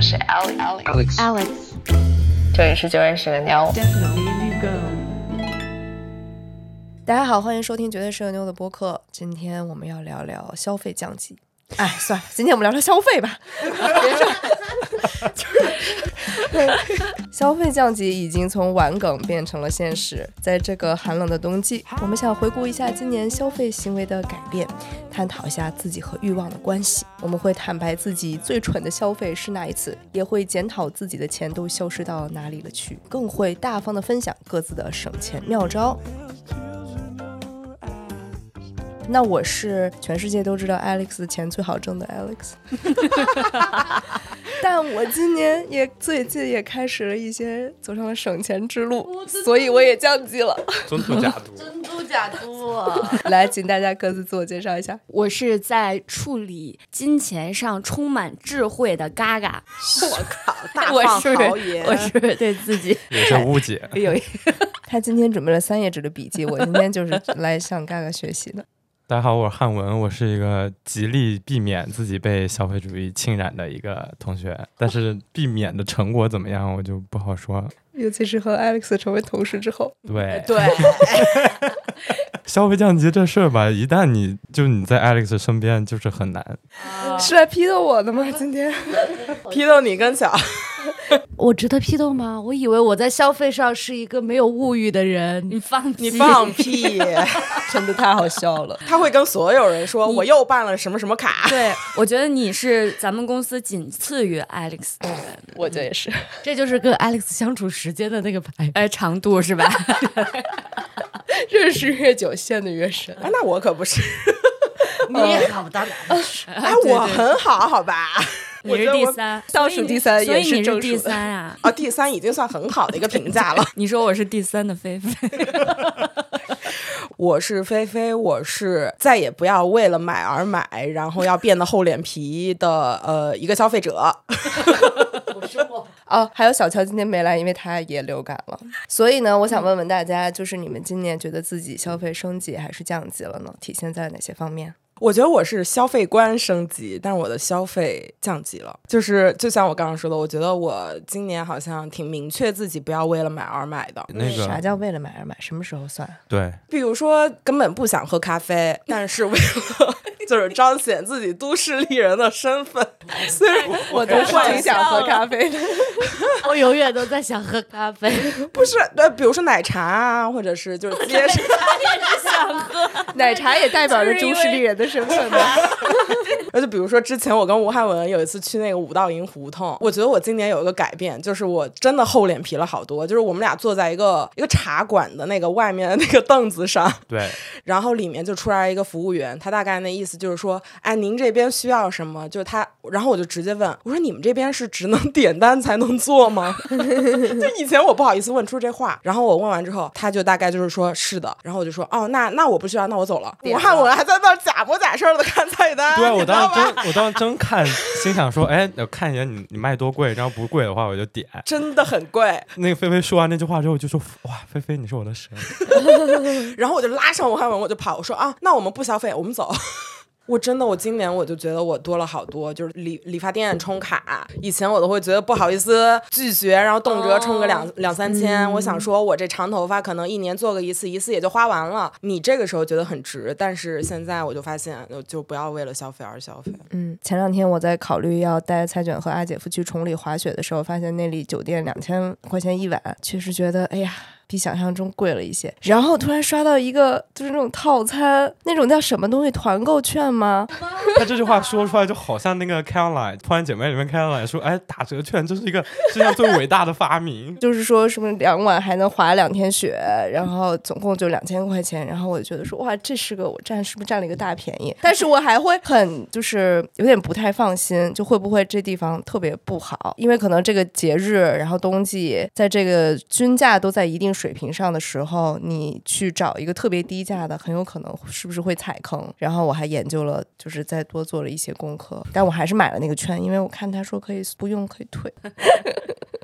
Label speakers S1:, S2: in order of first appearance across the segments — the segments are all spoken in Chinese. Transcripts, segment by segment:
S1: 是 Alex Alex，
S2: Alex，
S3: Alex，
S1: 这里是就认识个妞。
S4: 大家好，欢迎收听《绝对是个妞》的播客。今天我们要聊聊消费降级。哎，算了，今天我们聊聊消费吧。别说，就是对消费降级已经从玩梗变成了现实。在这个寒冷的冬季，我们想回顾一下今年消费行为的改变，探讨一下自己和欲望的关系。我们会坦白自己最蠢的消费是哪一次，也会检讨自己的钱都消失到哪里了去，更会大方的分享各自的省钱妙招。那我是全世界都知道 Alex 的钱最好挣的 Alex，但我今年也最近也开始了一些走上了省钱之路，所以我也降级了。
S2: 真的 假的？
S3: 真嘟假嘟啊！
S4: 来，请大家各自自我介绍一下。
S5: 我是在处理金钱上充满智慧的嘎嘎，
S3: 我靠，大
S5: 我
S3: 放
S5: 是
S3: 豪言，
S5: 我是对自己
S2: 有些误解。
S4: 有一，他今天准备了三页纸的笔记，我今天就是来向嘎嘎学习的。
S2: 大家好，我是汉文，我是一个极力避免自己被消费主义侵染的一个同学，但是避免的成果怎么样，我就不好说。
S4: 尤其是和 Alex 成为同事之后，
S2: 对，
S3: 呃对，
S2: 消费降级这事儿吧，一旦你就你在 Alex 身边，就是很难。
S4: 是来批斗我的吗？今天
S3: 批斗你跟小
S5: 我值得批斗吗？我以为我在消费上是一个没有物欲的人。 你放
S3: 你 放屁，
S4: 真的太好笑了。
S3: 他会跟所有人说我又办了什么什么卡，
S5: 对，我觉得你是咱们公司仅次于 Alex 的人，
S4: 我觉得也是，
S5: 这就是跟 Alex 相处时间的那个排哎长度是吧？
S4: 认识越久陷得越深。
S3: 哎，那我可不是，
S5: 嗯
S3: 嗯
S5: 你也好不到哪儿去，
S3: 哎，我很好，好吧？
S5: 你是第三，
S4: 倒数第三
S5: 所以
S4: 也
S5: 你所以你
S4: 正
S5: 是
S4: 数
S5: 第
S4: 的。
S5: 三啊。
S3: 啊，第三已经算很好的一个评 价了。
S5: 你说我是第三的菲菲，
S3: 我是菲菲，我是再也不要为了买而买，然后要变得厚脸皮的呃一个消费者。
S4: 哦，还有小乔今天没来，因为她也流感了。所以呢，我想问问大家，就是你们今年觉得自己消费升级还是降级了呢？体现在哪些方面？
S3: 我觉得我是消费观升级，但是我的消费降级了。就是就像我刚刚说的，我觉得我今年好像挺明确自己不要为了买而买的。
S2: 那
S4: 啥
S2: 个
S4: 叫为了买而买？什么时候算？
S2: 对，
S3: 比如说根本不想喝咖啡，但是为了就是彰显自己都市丽人的 身份，虽然
S4: 我都是 挺想喝咖啡的。
S5: 我永远都在想喝咖啡。
S3: 不是呃，比如说奶茶啊，或者是 就是街上。
S4: 奶茶也代表着都市丽人的身 份吧？
S3: 而且比如说，之前我跟吴汉文有一次去那个五道营胡同，我觉得我今年有一个改变，就是我真的厚脸皮了好多。就是我们俩坐在一个一个茶馆的那个外面的那个凳子上，
S2: 对，
S3: 然后里面就出来一个服务员，他大概那意思就是说，哎，您这边需要什么？就是他，然后我就直接问，我说你们这边是只能 点单才能做吗？ 就以前我不好意思问出这话，然后我问完之后，他就大概就是说是的，然后我就说哦，那那我不需要，那我走了。
S4: 点
S3: 我
S4: 了
S3: 汉我还在那儿假模假式的看菜单，
S2: 对
S3: 啊你
S2: 我
S3: 知道
S2: 当
S3: 吧
S2: 时真，我当时真看，心想说，哎，我看一眼你你卖多贵，然后不贵的话我就点。
S3: 真的很贵。
S2: 那个菲菲说完那句话之后，我就说，哇，菲菲你是我的神。
S3: 然后我就拉上吴汉文，我就跑，我说啊，那我们不消费，我们走。 我真的，我今年我就觉得我多了好多，就是理理发店充卡，以前我都会觉得不好意思拒绝，然后动辄充个
S4: 哦
S3: 两、两三千。
S4: 嗯
S3: 我想说，我这长头发可能一年做个一次，一次也就花完了。你这个时候觉得很值，但是现在我就发现，呃就不要为了消费而消 费。
S4: 嗯，前两天我在考虑要带蔡卷和阿姐夫去崇礼滑雪的时候，发现那里酒店两千块钱一晚，确实觉得哎呀，比想象中贵了一些。然后突然刷到一个就是那种套餐，那种叫什么东西团购券吗？。
S2: 他这句话说出来，就好像那个 Caroline《突然姐妹》里面 Caroline 说：“哎，打折券这是一个世界上最伟大的发明
S4: 就是说什么两晚还能滑两天雪，然后总共就两千块钱，然后我就觉得说哇，这是个我占是不是占了一个大便宜？但是我还会很就是有点不太放心，就会不会这地方特别不好？因为可能这个节日，然后冬季，在这个均价都在一定水平上的时候，你去找一个特别低价的，很有可能是不是会踩坑？然后我还研究了，就是再多做了一些功课，但我还是买了那个券，因为我看他说可以不用可以退。”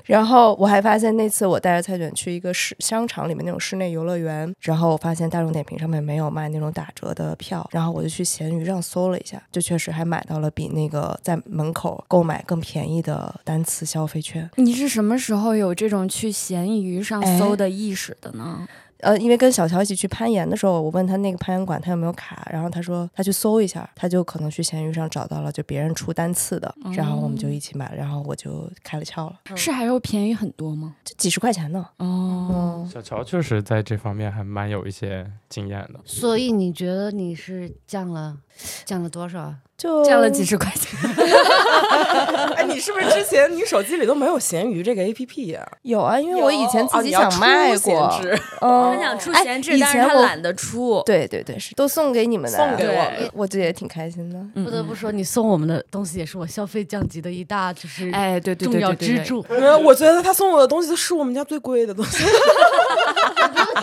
S4: 然后我还发现那次我带着蔡卷去一个市商场里面那种室内游乐园，然后我发现大众点评上面没有卖那种打折的票，然后我就去闲鱼上搜了一下，就确实还买到了比那个在门口购买更便宜的单次消费券。
S6: 你是什么时候有这种去闲鱼上
S4: 哎
S6: 搜的意识的呢？
S4: 呃，因为跟小乔一起去攀岩的时候，我问他那个攀岩馆他有没有卡，然后他说他去搜一下，他就可能去闲鱼上找到了就别人出单次的，
S3: 哦
S4: 然后我们就一起买，然后我就开了窍了，
S6: 是还要便宜很多吗？
S4: 就几十块钱呢。
S6: 哦，
S2: 小乔确实在这方面还蛮有一些经验的。
S5: 所以你觉得你是降了降了多少啊？
S4: 就
S6: 降了几十块钱，
S3: 哎，你是不是之前你手机里都没有闲鱼这个 A P P 呀？
S4: 有啊，因为我以前
S3: 哦
S4: 自己
S3: 你要
S4: 想
S3: 出
S4: 卖
S3: 闲
S4: 过，
S3: 置
S4: 嗯
S6: 他，想出
S4: 哎
S6: 闲置，
S4: 以
S6: 但是
S4: 前
S6: 他
S4: 我
S6: 懒得出。
S4: 对对对，是都送给你们的啊，
S3: 送给我
S6: 对
S4: 我，我这也挺开心的。
S6: 嗯
S5: 不得不说，你送我们的东西也是我消费降级的一大就是
S6: 哎，对对
S5: 重
S6: 对
S5: 要
S6: 对对
S5: 支
S6: 对，
S5: 柱，
S3: 没有，我觉得他送我的东西是我们家最贵的东西。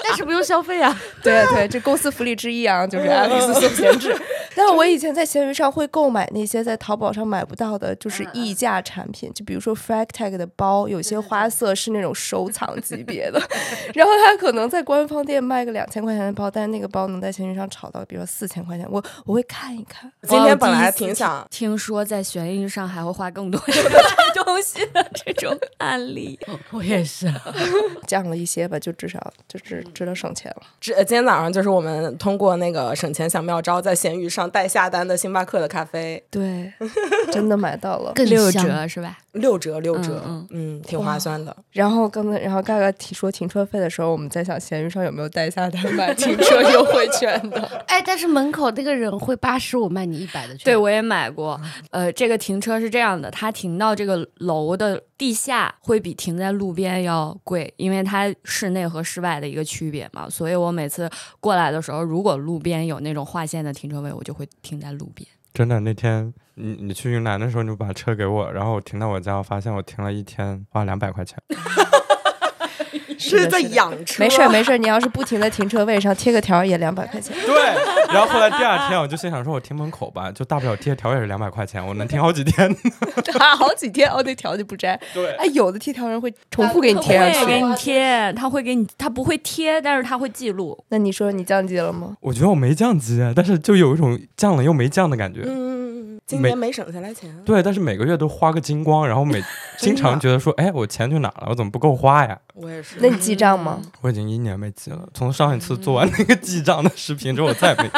S5: 但是不用消费啊。
S4: 对对，这公司福利之一啊，就是爱丽 丝送闲置。但是我以前在闲鱼上会购买那些在淘宝上买不到的，就是溢价产品，就比如说 Fractag 的包，有些花色是那种收藏级别的， 然后它可能在官方店卖个两千块钱的包，但是那个包能在闲鱼上炒到，比如说四千块钱，我我会看一看。
S3: 今天本来挺想，
S6: 听说在悬疑上还会花更多的东西的这种案例，
S5: 我也是，
S4: 降了一些吧，就至少就是知道省钱了。
S3: 这呃今天早上就是我们通过那个省钱小妙招，在闲鱼上代下单的星巴克的咖啡，
S4: 对， 真的买到了。
S5: 更
S6: 六
S5: 香
S6: 折是吧？
S3: 六折六折，
S6: 嗯
S3: 嗯挺划算的。
S4: 然后刚才，然后嘎嘎提说停车费的时候，我们在想闲鱼上有没有代下单买停 车优惠券的。
S5: 哎，但是门口那个人会八十五卖你一百的券，
S6: 对，我也买过。呃，这个停车是这样的，它停到这个楼的地下会比停在路边要贵，因为它室内和室外的一个区别嘛。所以我每次过来的时候，如果路边有那种划线的停车位，我就会停在路边。
S2: 真的，那天你你去云南的时候，你把车给我，然后我停到我家，我发现我停了一天，花两百块钱。
S4: 是的
S3: 在
S4: 是的
S3: 养车，
S4: 没事儿没事儿，你 要是不停在停车位上贴个条儿也两百块 钱。
S2: 对，然后后来第二天我就心想说，我停门口吧，就大不了贴条也是两百块钱，我能停好几天。
S4: 啊，好几天哦，那条就不摘。
S2: 对
S4: 哎，有的贴条人会重复给你贴上
S6: 啊会
S4: 去。
S6: 给你贴，他会给你，他不会贴，但是他会记录。
S4: 那你说你降级了吗？
S2: 我觉得我没降级，但是就有一种降了又没降的感觉。
S3: 嗯，今年没省下来钱。
S2: 对，但是每个月都花个精光，然后每经常觉得说，哎，我钱去哪了？我怎么不够花呀？
S3: 我也是
S4: 那你记账吗？
S6: 嗯
S2: 我已经一年没记了，从上一次做完那个记账的视频之后，我再也没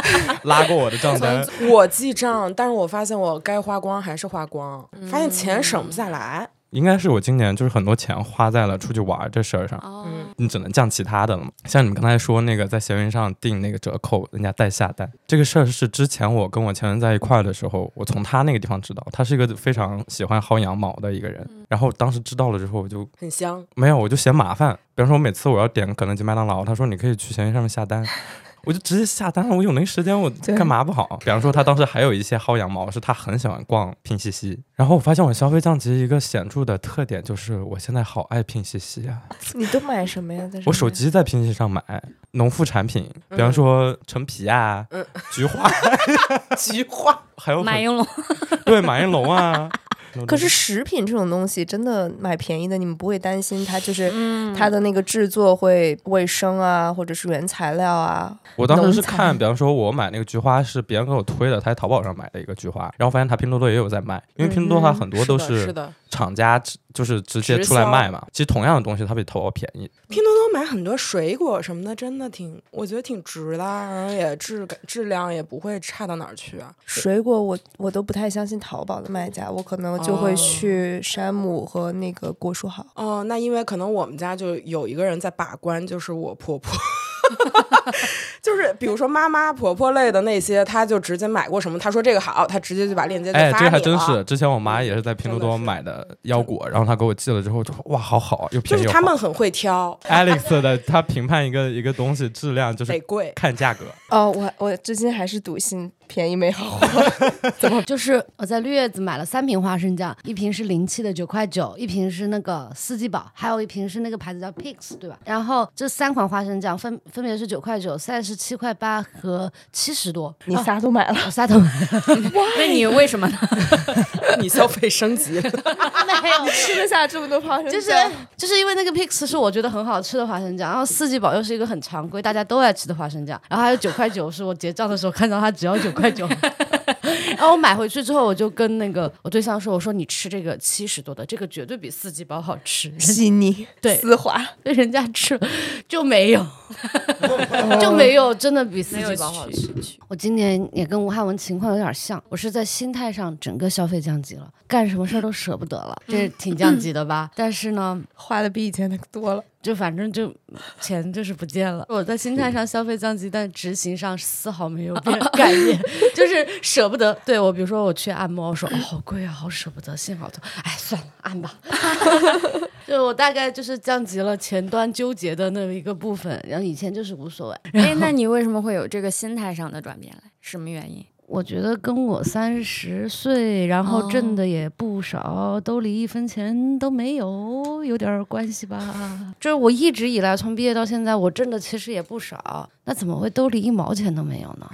S2: 拉过我的账单。
S3: 我记账，但是我发现我该花光还是花光，发现钱省不下来。
S2: 应该是我今年就是很多钱花在了出去玩这事儿上，
S6: 哦
S3: 嗯
S2: 你只能降其他的了嘛。像你们刚才说那个在闲鱼上订那个折扣，人家代下单这个事儿，是之前我跟我前任在一块儿的时候，我从他那个地方知道，他是一个非常喜欢薅羊毛的一个人。然后当时知道了之后，我就
S3: 很香，
S2: 没有，我就嫌麻烦。比方说，我每次我要点肯德基、麦当劳，他说你可以去闲鱼上面下单，我就直接下单了。我有那时间，我
S4: 对
S2: 干嘛不好？比方说，他当时还有一些薅羊毛，是他很喜欢逛拼夕夕。然后我发现我消费降级一个显著的特点就是，我现在好爱拼夕夕啊！
S4: 你都买什么呀？在
S2: 我手
S4: 上
S2: 机在拼夕夕上买农副产品，比方说陈皮啊、
S3: 嗯
S2: 菊花，
S3: 菊花
S2: 还有
S6: 马
S2: 很
S6: 应龙，
S2: 对马应龙啊。
S4: 面。可是食品这种东西真的买便宜的，你们不会担心它就是
S6: 嗯
S4: 它的那个制作会卫生啊，或者是原材料啊？
S2: 我当时是
S4: 农残
S2: 看，比方说我买那个菊花是别人给我推的，他在淘宝上买的一个菊花，然后发现他拼多多也有在卖，因为拼多多它很多都
S3: 嗯是的
S2: 是
S3: 的，
S2: 厂家直就是直接
S3: 直
S2: 出来
S3: 销
S2: 卖嘛。其实同样的东西它比淘宝便宜，
S3: 拼多多买很多水果什么的，真的挺，我觉得挺值的，然后也质感质量也不会差到哪儿去啊。
S4: 水果我我都不太相信淘宝的卖家，我可能就会
S3: 哦
S4: 去山姆和那个果蔬好。
S3: 哦，那因为可能我们家就有一个人在把关，就是我婆婆。 就是比如说妈妈、婆婆类的那些，她就直接买过什么，她说这个好，她直接就把链接就发
S2: 哎，
S3: 你了。嗯
S2: 这还真是。之前我妈也是在拼
S3: 真
S2: 多
S3: 的
S2: 多
S3: 是
S2: 买的腰果，然后她给我寄了之后就说哇，好好又
S3: 就
S2: 便宜
S3: 是
S2: 又
S3: 他们
S2: 好。
S3: 很会挑，
S2: Alex 的他评判一个一个东西质量就
S3: 得
S2: 是
S3: 贵。
S2: 看价格，
S4: 哦，我我至今还是笃信便宜没好货。
S5: 就是我在绿叶子买了三瓶花生酱，一瓶是零七的九块九，一瓶是那个四季宝，还有一瓶是那个牌子叫 Pix，对吧？然后这三款花生酱分分分别是九块九、三十七块八和七十多。哦
S4: 你仨 都买了，
S5: 我仨都没
S6: 那你为什么呢？
S3: 你消费升级 了，
S6: 哎
S5: 有，
S4: 吃得下这么多花生
S5: 就是就是因为那个 Pix 是我觉得很好吃的花生酱，然后四季宝又是一个很常规大家都爱吃的花生酱，然后还有九块九是我结账的时候看到它只要九块九，然后我买回去之后我就跟那个我对象说，我说你吃这个七十多的，这个绝对比四季宝好吃，
S4: 细腻、
S5: 对
S4: 丝滑，
S5: 被人家吃了就没有，就没有真的比四季报好吃。我今年也跟吴汉文情况有点像，我是在心态上整个消费降级了，干什么事儿都舍不得了，这挺降级的 吧？但是呢，
S4: 花的比以前的多了。
S5: 就反正就钱就是不见了。我在心态上消费降级，但执行上丝毫没 有变改变，就是舍不得。对我，比如说我去按摩，我说、哦、好贵啊，好舍不得，幸好就哎算了，按 吧。就我大概就是降级了前端纠结的那么一个部分，然后以前就是无所谓。
S6: 哎，那你为什么会有这个心态上的转变来？什么原因？
S5: 我觉得跟我三十岁，然后
S6: 哦
S5: 挣的也不少，兜里一分钱都没有，有点儿关系吧。就是我一直以来，从毕业到现在，我挣的其实也不少，那怎么会兜里一毛钱都没有呢？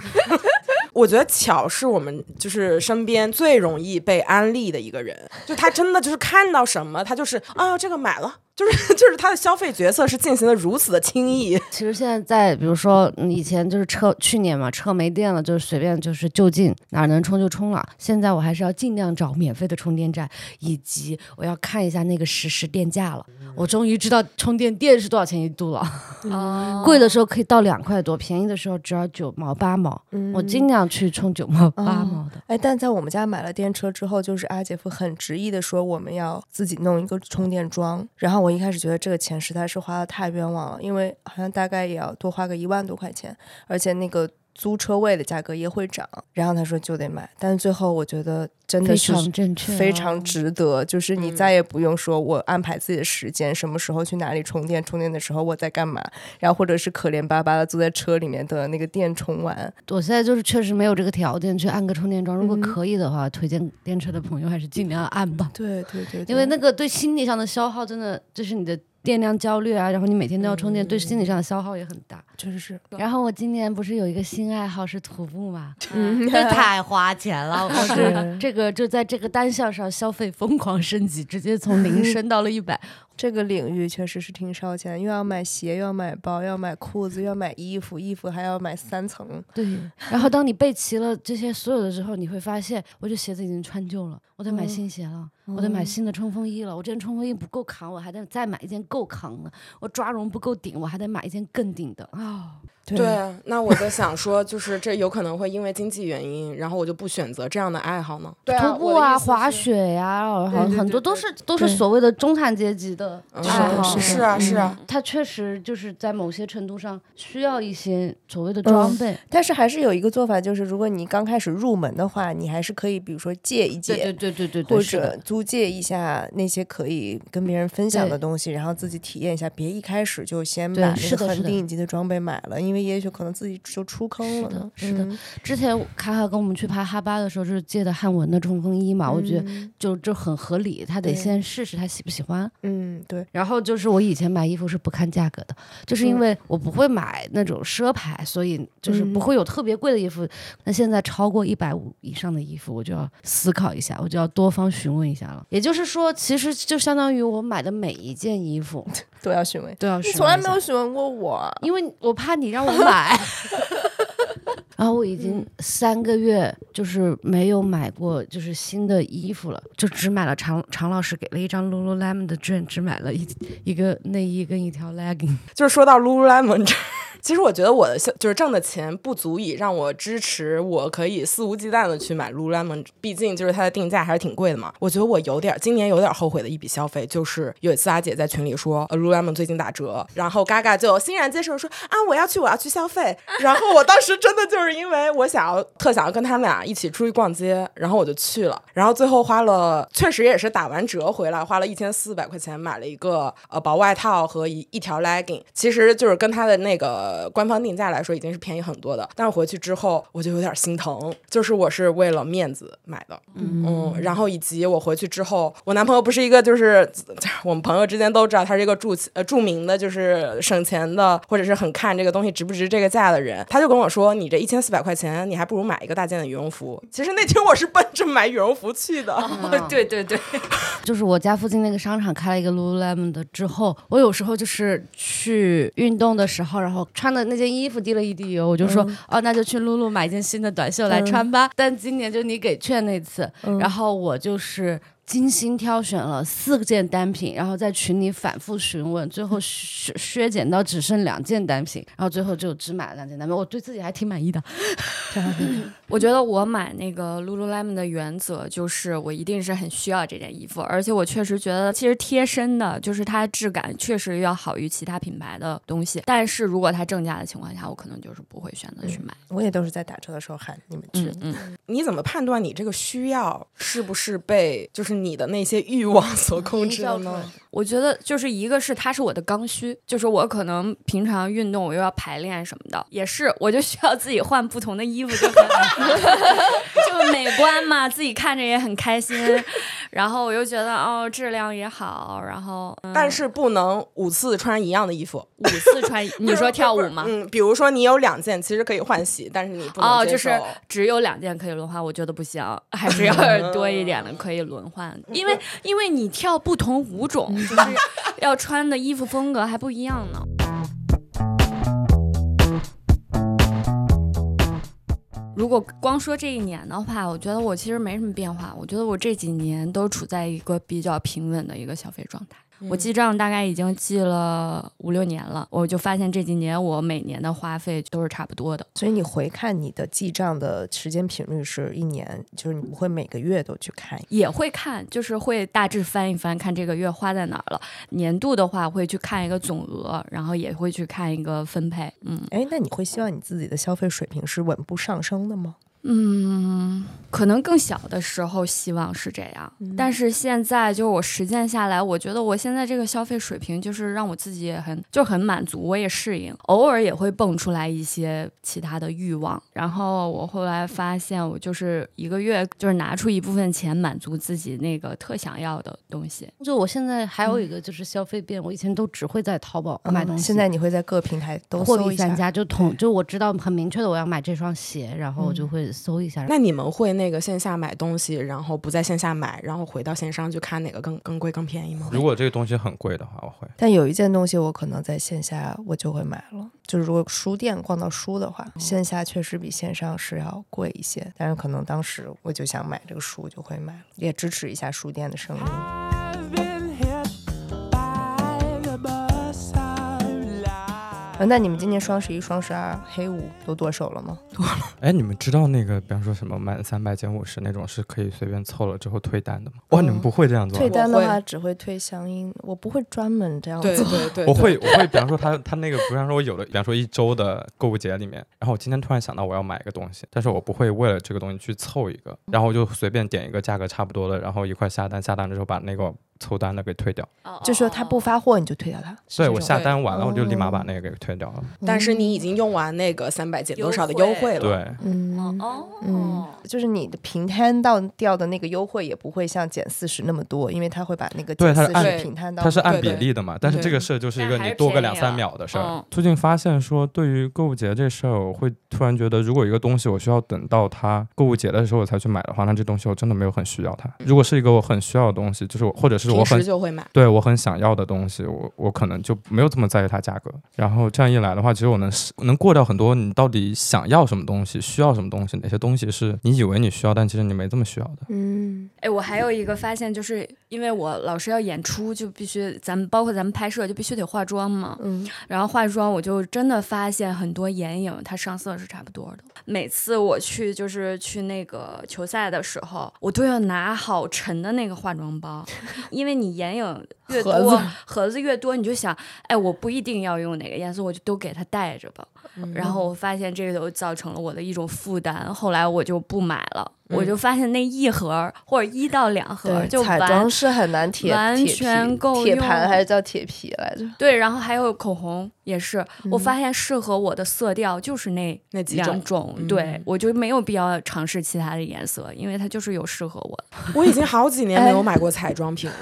S3: 我觉得巧是我们就是身边最容易被安利的一个人，就他真的就是看到什么，他就是啊这个买了，就是 就是他的消费决策是进行的如此的轻易，
S5: 其实现在在，比如说嗯以前就是车，去年嘛车没电了，就是随便就是就近哪儿能充就充了。现在我还是要尽量找免费的充电站，以及我要看一下那个实时电价了。我终于知道充电电是多少钱一度了。
S6: 哦
S5: 贵的
S4: 嗯
S5: 时候可以到两块多，便宜的时候只要九毛八毛。我尽量去充九毛八毛的。
S4: 嗯哎，但在我们家买了电车之后，就是阿姐夫很执意的说我们要自己弄一个充电桩。然后我一开始觉得这个钱实在是花的太冤枉了，因为好像大概也要多花个一万多块钱，而且那个租车位的价格也会涨。然后他说就得买，但是最后我觉得真的
S5: 非
S4: 嗯是啊嗯
S5: 常正确、哦
S4: 非常。值得，就是你再也不用说我安排自己的时间，什么时候去哪里充电，充电的时候我在干嘛，然后或者是可怜巴巴的坐在车里面等那个电充完。
S5: 我现在就是确实没有这个条件去按个充电桩，如果
S4: 嗯
S5: 可以的话，推荐电车的朋友还是尽量按吧，
S4: 对对对
S5: 因为那个对心理上的消耗真的就是你的电量焦虑啊，然后你每天都要充电，对心理上的消耗也很大。
S4: 嗯确实是，
S5: 然后我今年不是有一个新爱好是徒步嘛，
S4: 嗯，
S5: 这太花钱了，我是 这个就在这个单项上消费疯狂升级，直接从零升到了一百，
S4: 这个领域确实是挺烧钱，又要买鞋，又要买包，又要买裤子，又要买衣服，衣服还要买三层。
S5: 对，然后当你备齐了这些所有的时候，你会发现，我这鞋子已经穿旧了，我得买新鞋了，我得买新的冲锋衣了。我这件冲锋衣不够扛，我还得再买一件够扛的。我抓绒不够顶，我还得买一件更顶的啊、
S4: 对
S3: 对，那我在想说，就是这有可能会因为经济原因，然后我就不选择这样的爱好呢？对
S4: 哎
S5: 徒步啊，滑，雪呀、然后
S4: 对对
S5: 很多
S4: 对
S5: 都
S4: 对
S5: 是都是
S4: 对
S5: 所谓的中产阶级的
S3: 嗯
S5: 爱好。
S4: 是
S3: 是啊是啊，
S5: 他确实就是在某些程度上需要一些所谓的装备，
S4: 但是还是有一个做法，就是如果你刚开始入门的话，你还是可以，比如说借一借，
S5: 对对对对对，
S4: 或
S5: 是的
S4: 者租借一下那些可以跟别人分享的
S5: 对
S4: 东西，然后自己体验一下，别一开始就先
S5: 对
S4: 把
S5: 是
S4: 那
S5: 的
S4: 个
S5: 是
S4: 很
S5: 的
S4: 顶级的装备买了，因为也许可能自己就出坑了呢。
S5: 是的是
S4: 嗯
S5: 之前卡卡跟我们去爬哈巴的时候，就是借的汉文的冲锋衣嘛，我
S4: 嗯
S5: 觉得就就很合理，他得
S4: 对
S5: 先试试他喜不喜欢。
S4: 嗯，对，
S5: 然后就是我以前买衣服是不看价格的，就是因
S4: 嗯
S5: 为我不会买那种奢牌，所以就是不
S4: 嗯
S5: 会有特别贵的衣服。那现在超过一百五以上的衣服，我就要思考一下，我就要多方询问一下了。也就是说，其实就相当于我买的每一件衣服
S4: 都要询问。
S5: 都要
S4: 你
S5: 询
S4: 从来
S5: 问一
S4: 没
S5: 下
S4: 有，询问过我，
S5: 因为我怕你让我买。 然后我已经三个月就是没有买过就是新的衣服了，就只买了常常老师给了一张 lululemon 的券，只买了一一个内衣跟一条 legging。
S3: 就是说到 Lululemon 这儿， 其实我觉得我的消就是挣的钱不足以让我支持，我可以肆无忌惮的去买 Lululemon，毕竟就是它的定价还是挺贵的嘛。我觉得我有点今年有点后悔的一笔消费，就是有一次阿姐在群里说、呃、Lululemon 最近打折，然后嘎嘎就欣然接受说啊我要去我要去消费，然后我当时真的就是就是因为我想要特想要跟他们俩一起出去逛街，然后我就去了，然后最后花了，确实也是打完折回来，花了一千四百块钱买了一个呃薄外套和一一条 legging，其实就是跟它的那个官方定价来说已经是便宜很多的，但是回去之后我就有点心疼，就是我是为了面子买的，嗯，然后以及我回去之后，我男朋友不是一个就是我们朋友之间都知道他是一个著呃著名的就是省钱的，或者是很看这个东西值不值这个价的人，他就跟我说，你这一千四百块钱，你还不如买一个大件的羽绒服。其实那天我是奔着买羽绒服去的，
S6: 对对对，
S5: 就是我家附近那个商场开了一个 Lululemon 的之后，我有时候就是去运动的时候，然后穿的那件衣服滴了一滴油，我就说、哦，那就去 Lulu 买一件新的短袖来穿吧。但今年就你给券那次，然后我就是。精心挑选了四件单品，然后在群里反复询问，最后削削减到只剩两件单品，然后最后就只买了两件单品，我对自己还挺满意的。
S6: 我觉得我买那个 Lululemon 的原则就是，我一定是很需要这件衣服，而且我确实觉得，其实贴身的，就是它质感确实要好于其他品牌的东西。但是如果它正价的情况下，我可能就是不会选择去买。
S4: 我也都是在打折的时候喊你们去。
S6: 嗯，
S3: 你怎么判断你这个需要是不是被就是你的那些欲望所控制的呢？
S6: 我觉得就是一个是它是我的刚需，就是我可能平常运动我又要排练什么的，也是我就需要自己换不同的衣服，就 很就美观嘛，自己看着也很开心。然后我又觉得哦，质量也好，然后、 嗯、
S3: 但是不能五次穿一样的衣服。
S6: 五次穿，你说跳舞吗？
S3: 嗯，比如说你有两件，其实可以换洗，但是你不能
S6: 哦，
S3: 接
S6: 就是
S3: 受
S6: 只有两件可以轮换，我觉得不行，还是要多一点的可以轮换，因为因为你跳不同舞种，就是要穿的衣服风格还不一样呢。如果光说这一年的话，我觉得我其实没什么变化。我觉得我这几年都处在一个比较平稳的一个消费状态。我记账大概已经记了五六年了，我就发现这几年我每年的花费都是差不多的。
S4: 所以你回看你的记账的时间频率是一年，就是你不会每个月都去看。
S6: 也会看，就是会大致翻一翻，看这个月花在哪儿了。年度的话，会去看一个总额，然后也会去看一个分配。嗯
S4: 哎，那你会希望你自己的消费水平是稳步上升的吗？
S6: 嗯，可能更小的时候希望是这样，但是现在就是我实践下来，我觉得我现在这个消费水平就是让我自己也很就很满足，我也适应，偶尔也会蹦出来一些其他的欲望。然后我后来发现，我就是一个月就是拿出一部分钱满足自己那个特想要的东西。
S5: 就我现在还有一个就是消费变，我以前都只会在淘宝买东西，
S4: 嗯现在你会在各平台都
S5: 货
S4: 搜
S5: 比
S4: 一下
S5: 三家，就统就我知道很明确的我要买这双鞋，然后我就会搜一下。
S3: 那你们会那个线下买东西，然后不在线下买，然后回到线上去看哪个更更贵更便宜吗？
S2: 如果这个东西很贵的话，我会。
S4: 但有一件东西我可能在线下我就会买了，就是如果书店逛到书的话，线下确实比线上是要贵一些，但是可能当时我就想买这个书就会买了，也支持一下书店的生意。啊
S7: I've been hit by the bus of life.
S4: 呃那你们今年双十一、双十二、黑五都剁手了吗？
S2: 哎，你们知道那个，比方说什么满三百减五十那种是可以随便凑了之后退单的吗？哇，你们不会这样做啊？
S4: 退单的
S3: 我
S4: 话
S3: 会
S4: 只会退相应，我不会专门这样
S3: 呃对
S4: 做。
S3: 对对，
S2: 我会，我会，比方说他他那个，比方说我有了，比方说一周的购物节里面，然后我今天突然想到我要买一个东西，但是我不会为了这个东西去凑一个，然后我就随便点一个价格差不多的，然后一块下单，下单之后把那个凑单的给退掉。
S3: 哦
S4: 就说他不发货你就退掉他，是
S2: 哦对
S4: 这
S2: 我
S4: 种
S2: 下单完了，我就立马把那个给退掉了。
S3: 但是你已经用完那个三百减多少的
S6: 优惠
S3: 优惠了，
S2: 对，
S4: 嗯
S6: 哦，
S4: 嗯，就是你的平摊到掉的那个优惠也不会像减四十那么多，因为他会把那个
S2: 对
S4: 减
S2: 它
S4: 四
S2: 是按
S4: 十平摊到
S2: 它是按
S3: 对
S2: 比
S3: 对
S2: 例的嘛，但是
S3: 对
S2: 这个事儿就是一
S6: 但
S2: 个
S6: 还
S2: 你
S6: 是
S2: 多个
S6: 便宜
S2: 两三
S6: 了
S2: 秒的事儿
S6: 嗯。
S2: 最近发现说，对于购物节这事儿，我会突然觉得，如果一个东西我需要等到它购物节的时候我才去买的话，那这东西我真的没有很需要它。如果是一个我很需要的东西，就是我或者是我
S3: 平
S2: 很
S3: 时就会买。
S2: 对我很想要的东西，我我可能就没有这么在意它价格。然后这样一来的话，其实我能是能过掉很多你到底想要什么东西，需要什么东西，哪些东西是你以为你需要，但其实你没这么需要的。
S4: 嗯，
S6: 哎，我还有一个发现，就是因为我老是要演出，就必须咱们包括咱们拍摄就必须得化妆嘛。
S4: 嗯，
S6: 然后化妆，我就真的发现很多眼影它上色是差不多的。每次我去就是去那个球赛的时候，我都要拿好沉的那个化妆包，因为你眼影越
S5: 盒
S6: 多
S5: 子，
S6: 盒子越多，你就想，哎，我不一定要用哪个颜色，我就都给它带着吧。
S4: 嗯
S6: 然后我发现这个就造成了我的一种负担，后来我就不买了。我就发现那一盒儿或者一到两盒儿
S4: 嗯对，
S6: 就
S4: 彩
S6: 完
S4: 妆是很难铁
S6: 完
S4: 铁皮
S6: 全够
S4: 铁
S6: 用
S4: 盘还是叫铁皮来着？
S6: 对，然后还有口红也是，
S4: 嗯
S6: 我发现适合我的色调就是那
S3: 那几
S6: 两
S3: 种
S6: 种，
S4: 嗯
S6: 对我就没有必要尝试其他的颜色，因为它就是有适合我的。
S3: 我已经好几年没有买过彩妆品了，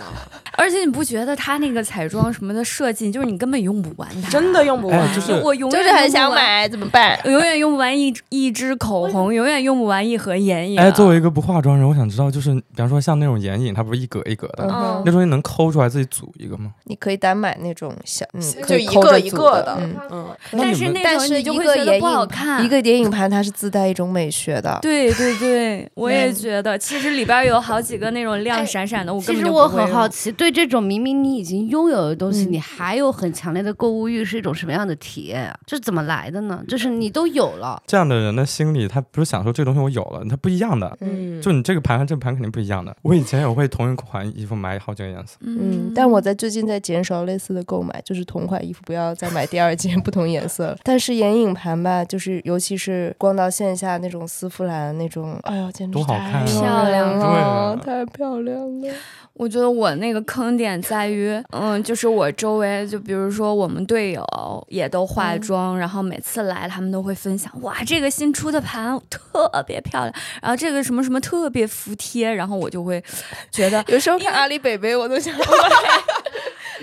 S6: 而且你不觉得它那个彩妆什么的设计，就是你根本用不完它，
S3: 真的用不完。
S2: 哎就是
S6: 我永
S4: 就
S6: 远
S4: 是很
S6: 用不
S4: 想
S6: 完，
S4: 买，怎么办？
S6: 永远用不完一一支口红，永远用不完一盒眼影。
S3: 啊
S2: 哎，作为一个不化妆人，我想知道，就是比方说像那种眼影，它不是一格一格的，
S6: 嗯
S2: 那东西能抠出来自己组一个吗？
S4: 你可以单买那种小，嗯，可
S3: 就
S4: 以
S3: 一
S4: 抠
S3: 个
S4: 着
S3: 一
S4: 组
S3: 个
S4: 的
S3: 的，
S4: 嗯。
S3: 嗯，
S2: 那
S6: 但
S2: 你
S6: 是
S2: 们
S6: 那
S4: 但
S6: 种
S4: 是
S6: 你
S4: 一
S6: 就会
S4: 个
S6: 觉
S4: 眼
S6: 得不好
S4: 影
S6: 看，
S4: 一个眼影盘它是自带一种美学的。 嗯
S6: 对对对，我也觉得，其实里边有好几个那种亮
S5: 哎
S6: 闪闪的，我
S5: 其
S6: 根本
S5: 实
S6: 就
S5: 我
S6: 不会
S5: 很好
S6: 用
S5: 奇，对这种明明你已经拥有的东西，
S4: 嗯
S5: 你还有很强烈的购物欲，是一种什么样的体验啊？这怎么来的呢？就是你都有了，
S2: 这样的人的心理，他不是想说这个东西我有了，它不一样的。
S3: 嗯，
S2: 就你这个盘和这个盘肯定不一样的。我以前也会同一款衣服买好几个颜色，
S4: 嗯，但我在最近在减少类似的购买，就是同款衣服不要再买第二件不同颜色了。但是眼影盘吧，就是尤其是逛到线下那种丝芙兰那种，哎呦，简直
S2: 多好看
S4: 太
S2: 啊
S6: 漂亮
S4: 了，
S2: 对
S4: 太漂亮了。
S6: 我觉得我那个坑点在于，嗯，就是我周围，就比如说我们队友也都化妆，然后每次来他们都会分享，哇，这个新出的盘特别漂亮，然后这个什么什么特别服帖，然后我就会觉得
S4: 有时候看阿里北北，我都想 买。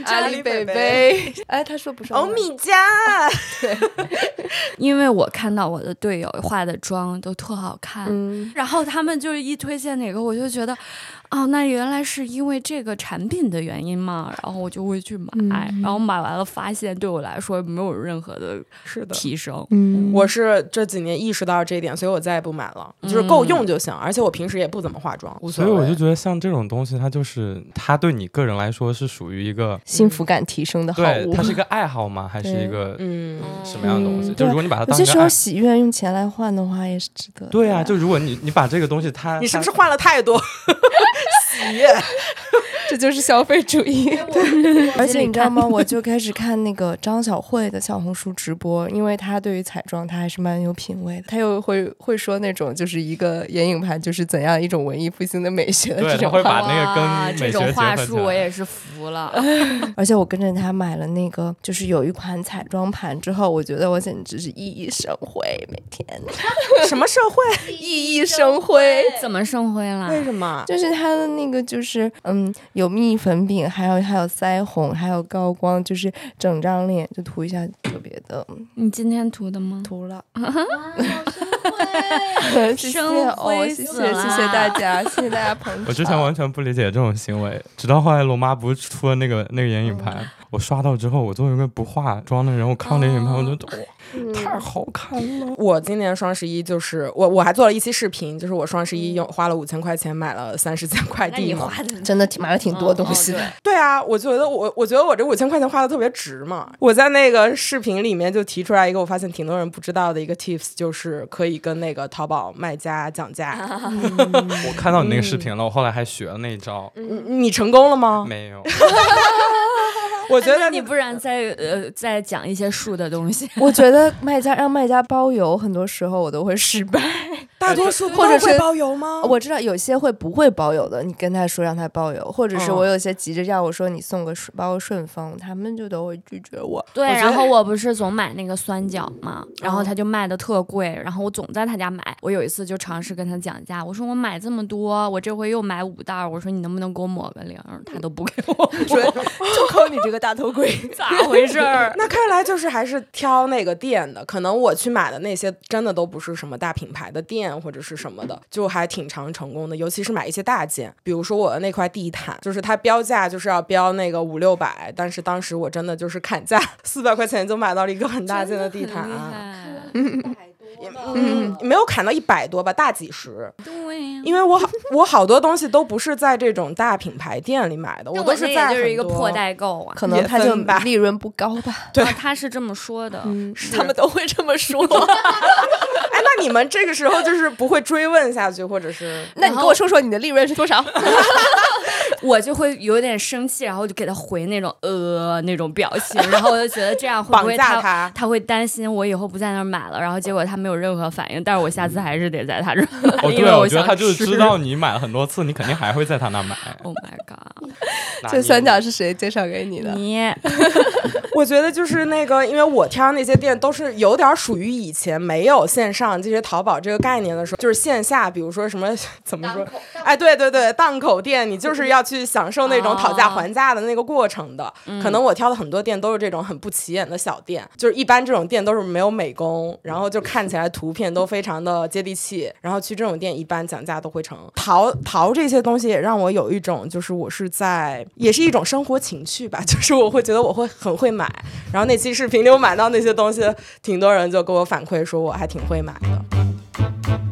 S4: 阿里北北，哎，他说不是
S3: 欧
S4: 我买
S3: 哦米伽，
S6: 因为我看到我的队友化的妆都特好看，
S4: 嗯，
S6: 然后他们就是一推荐哪个，我就觉得，哦，那原来是因为这个产品的原因嘛，然后我就会去买，
S3: 嗯
S6: 然后买完了发现对我来说没有任何的
S3: 是的。
S6: 提升，
S3: 我是这几年意识到这一点，所以我再也不买了，就是够用就行。而且我平时也不怎么化妆，无
S2: 所
S3: 所
S2: 以
S3: 谓。
S2: 我就觉得像这种东西，它就是它对你个人来说是属于一个，
S4: 幸福感提升的好
S2: 对，
S4: 物
S2: 它。是一个爱好吗？还是一个
S3: 嗯，
S2: 什么样的东西？
S4: 嗯
S2: 就
S4: 对
S2: 如果你把它
S4: 有
S2: 当
S4: 些
S2: 一
S4: 时
S2: 个爱
S4: 候，喜悦用钱来换的话，也是值得的。
S2: 对啊，就如果你你把这个东西它，
S3: 你是不是
S2: 它
S3: 换了太多？ 喜悦，
S4: 这就是消费主义。 而且你知道吗？
S6: 看
S4: 我就开始看那个张小慧的小红书直播，因为她对于彩妆她还是蛮有品位的，她又会会说那种就是一个眼影盘就是怎样一种文艺复兴的美学的
S2: 对
S4: 这
S2: 它
S4: 种
S2: 会
S4: 话。
S2: 把那个
S6: 哇
S2: 跟
S6: 这
S2: 美学
S6: 种
S2: 结
S6: 话
S2: 合起
S6: 术我
S2: 来。
S6: 也是服了，
S4: 而且我跟着她买了那个，就是有一款彩妆盘之后，我觉得我简直是熠熠生辉，每天
S3: 什么社会？
S4: 熠熠生辉。
S6: 怎么生辉了？
S3: 为什么？
S4: 就是它的那个，就是嗯，有蜜粉饼，还有还有腮红，还有高光，就是整张脸就涂一下，特别的嗯
S6: 你今天涂的吗？
S4: 涂了。 谢谢
S6: 生
S4: 哦，
S6: 灰
S4: 谢谢
S6: 死啦
S4: 谢谢大家， 谢谢大家捧场。
S2: 我之前完全不理解这种行为，直到后来龙妈不是出了那个那个眼影盘，我刷到之后，我作为一个不化妆的人，我看到那眼影盘，我觉得哇，太好看了。
S3: 我今年双十一就是我我还做了一期视频，就是我双十一用花了五千块钱买了三十件快递嘛。
S6: 的
S4: 真的挺买了挺多东西的，
S3: 对啊，我觉得我我觉得我这五千块钱花的特别值嘛。我在那个视频里面就提出来一个我发现挺多人不知道的一个 tips，就是可以跟那个淘宝卖家讲价。
S2: 我看到你那个视频了，我后来还学了那一招，
S3: 你你成功了吗？
S2: 没有，哦
S3: 我觉
S6: 哎那
S3: 得
S6: 你不然再呃再讲一些树的东西，
S4: 我觉得卖家让卖家包邮，很多时候我都会失败。
S3: 大多数
S4: 或者
S3: 都会
S4: 是
S3: 包邮吗？
S4: 我知道有些会不会包邮的，你跟他说让他包邮，或者是
S3: 嗯
S4: 我有些急着要我说你送个顺包顺丰，他们就都会拒绝我。
S6: 对，
S3: 我觉得
S6: 然后我嗯不是总买那个酸角嘛，然后他就卖的特贵，然后我总在他家买。我有一次就尝试跟他讲价，我说我买这么多，我这回又买五袋儿，我说你能不能给我抹个零儿？他都不给我
S4: 说就扣你这个大头鬼，
S6: 咋回事儿？
S3: 那看来就是还是挑那个店的，可能我去买的那些真的都不是什么大品牌的店或者是什么的，就还挺常成功的。尤其是买一些大件，比如说我的那块地毯，就是它标价就是要标那个五六百，但是当时我真的就是砍价四百块钱就买到了一个很大件的地毯、啊，嗯，没有砍到一百多吧，大几十。
S6: 对呀、
S3: 因为我好我好多东西都不是在这种大品牌店里买的，
S6: 那
S3: 都
S6: 这
S3: 是
S6: 也
S3: 在
S6: 就是一个
S3: 很多
S6: 破代购啊，
S4: 可能他
S3: 也
S4: 就
S3: 分吧
S4: 利润不高 吧，
S6: 啊他是这么说的，是
S4: 都会这么 说。
S3: 哎，那你们这个时候就是不会追问下去，或者是
S4: 那你跟我说说你的利润是多少？
S6: 我就会有点生气，然后就给他回那种呃那种表 情，然后我就觉得这样会不会
S3: 绑架
S6: 他
S3: 他
S6: 会担心我以后不在那儿买了，然后结果他没有任何反应，但是我下次还是得在他这儿买，
S2: 哦，
S6: 因
S2: 对
S6: 为
S2: 啊，我觉
S6: 想
S2: 得他就是
S6: 吃
S2: 知道。你买了很多次，你肯定还会在他那买。
S6: Oh my god！
S4: 这三角是谁介绍给你的？
S6: 你
S3: 我觉得就是那个，因为我挑那些店都是有点属于以前没有线上这些淘宝这个概念的时候，就是线下，比如说什么怎么说，哎，对对对，档口店，你就是要去享受那种讨价还价的那个过程的。可能我挑的很多店都是这种很不起眼的小店，就是一般这种店都是没有美工，然后就看起来图片都非常的接地气，然后去这种店一般讲价都会成。淘淘这些东西也让我有一种就是我是在也是一种生活情趣吧， 就是我会觉得我会很会买。然后那期视频里我买到那些东西，挺多人就给我反馈说我还挺会买的。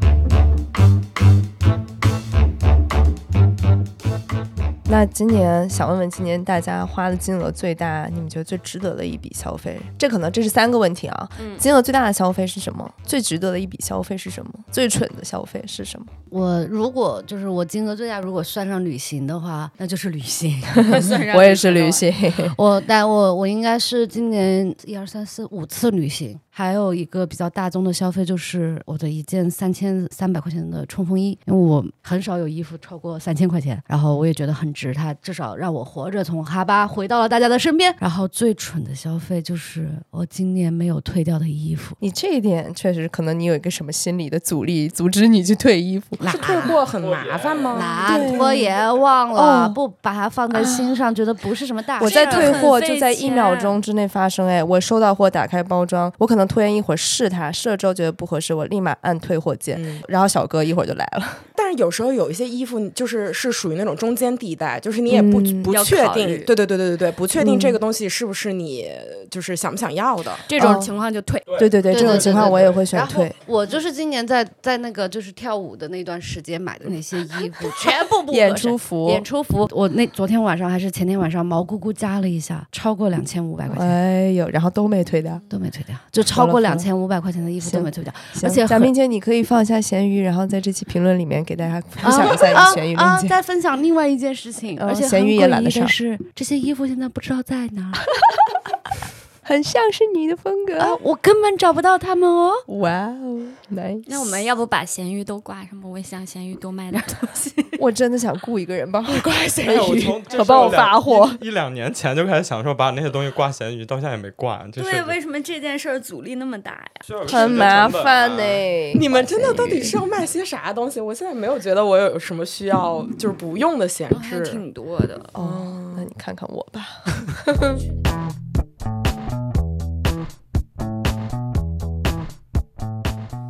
S4: 那今年想问问，今年大家花的金额最大，你们觉得最值得的一笔消费？这可能这是三个问题啊。
S6: 嗯
S4: 金额最大的消费是什么？最值得的一笔消费是什么？最蠢的消费是什么？
S5: 我如果就是我金额最大，如果算上旅行的话，那就是旅行。
S4: 我也是旅行，
S5: 我但我我应该是今年一二三四五次旅行，还有一个比较大宗的消费就是我的一件三千三百块钱的冲锋衣，因为我很少有衣服超过三千块钱，然后我也觉得很值，它至少让我活着从哈巴回到了大家的身边。然后最蠢的消费就是我今年没有退掉的衣服，
S4: 你这一点确实可能你有一个什么心理的阻力，阻止你去退衣服。
S5: 是
S3: 退货很麻烦吗？
S5: 拿拖延忘了，
S4: 哦啊
S5: 不把它放在心上，觉得不是什么大事。
S4: 我在退货
S6: 啊很费
S4: 就在一
S6: 钱
S4: 秒钟之内发生，哎，我收到货，打开包装，我可能拖延一会儿试它，试了之后觉得不合适，我立马按退货键，
S3: 嗯
S4: 然后小哥一会儿就来了。
S3: 但是有时候有一些衣服就是是属于那种中间地带，就是你也不、
S4: 嗯
S3: 不
S6: 要
S3: 确
S6: 考
S3: 定
S6: 虑，
S3: 对对对对对对，不确定这个东西是不是你就是想不想要的。
S6: 这种
S4: 哦
S6: 情况就 退，
S4: 对对对，
S5: 对
S4: 这
S5: 对
S4: 种
S5: 对
S4: 情
S5: 对
S4: 况我也会
S5: 然
S4: 选
S5: 后
S4: 退。
S5: 我就是今年在在那个就是跳舞的那段时间买的那些衣 服，
S6: 哎
S5: 全部不合
S4: 演
S5: 身
S4: 出服，
S5: 演出服，我那昨天晚上还是前天晚上毛咕咕加了一下，超过两千五百块钱。
S4: 哎呦，然后都没退掉。
S5: 都没退掉，就超
S4: 好
S5: 过
S4: 了
S5: 两千五百块钱的衣服都
S4: 行
S5: 没退 掉，
S4: 行
S5: 而且
S4: 贾
S5: 很
S4: 冰姐，你可以放下闲鱼，然后在这期评论里面给大家分享一下
S5: 啊
S4: 你闲鱼
S5: 啊
S4: 链
S5: 啊！
S4: 接。
S5: 再分享另外一件事情，
S4: 哦
S5: 而且
S4: 咸
S5: 很
S4: 鱼也
S5: 诡
S4: 懒得
S5: 异的
S4: 上
S5: 是，这些衣服现在不知道在哪儿
S4: 很像是你的风格。
S5: 啊，我根本找不到他们 哦。
S4: 哇哦，来，
S6: 那我们要不把咸鱼都挂上吧？我也想咸鱼多卖点东 西。
S4: 我真的想雇一个人 帮我挂闲
S5: 啊
S2: 哎呀 我
S4: 鱼
S2: 从，这
S4: 可帮我
S2: 时候两
S6: 哦
S4: 发 货。
S2: 一两年前就开始想说把那些东西挂闲鱼，到现在也没挂。这
S6: 对，为什么这件事儿阻力那么大呀？
S2: 么
S4: 很
S5: 啊
S4: 麻
S2: 啊
S4: 烦呢、
S5: 嗯
S3: 你们真的到底是要卖些啥东西？我现在没有觉得我有什么需要就是不用的闲
S6: 还
S3: 置。
S6: 挺多的。
S4: 哦，那你看看我吧。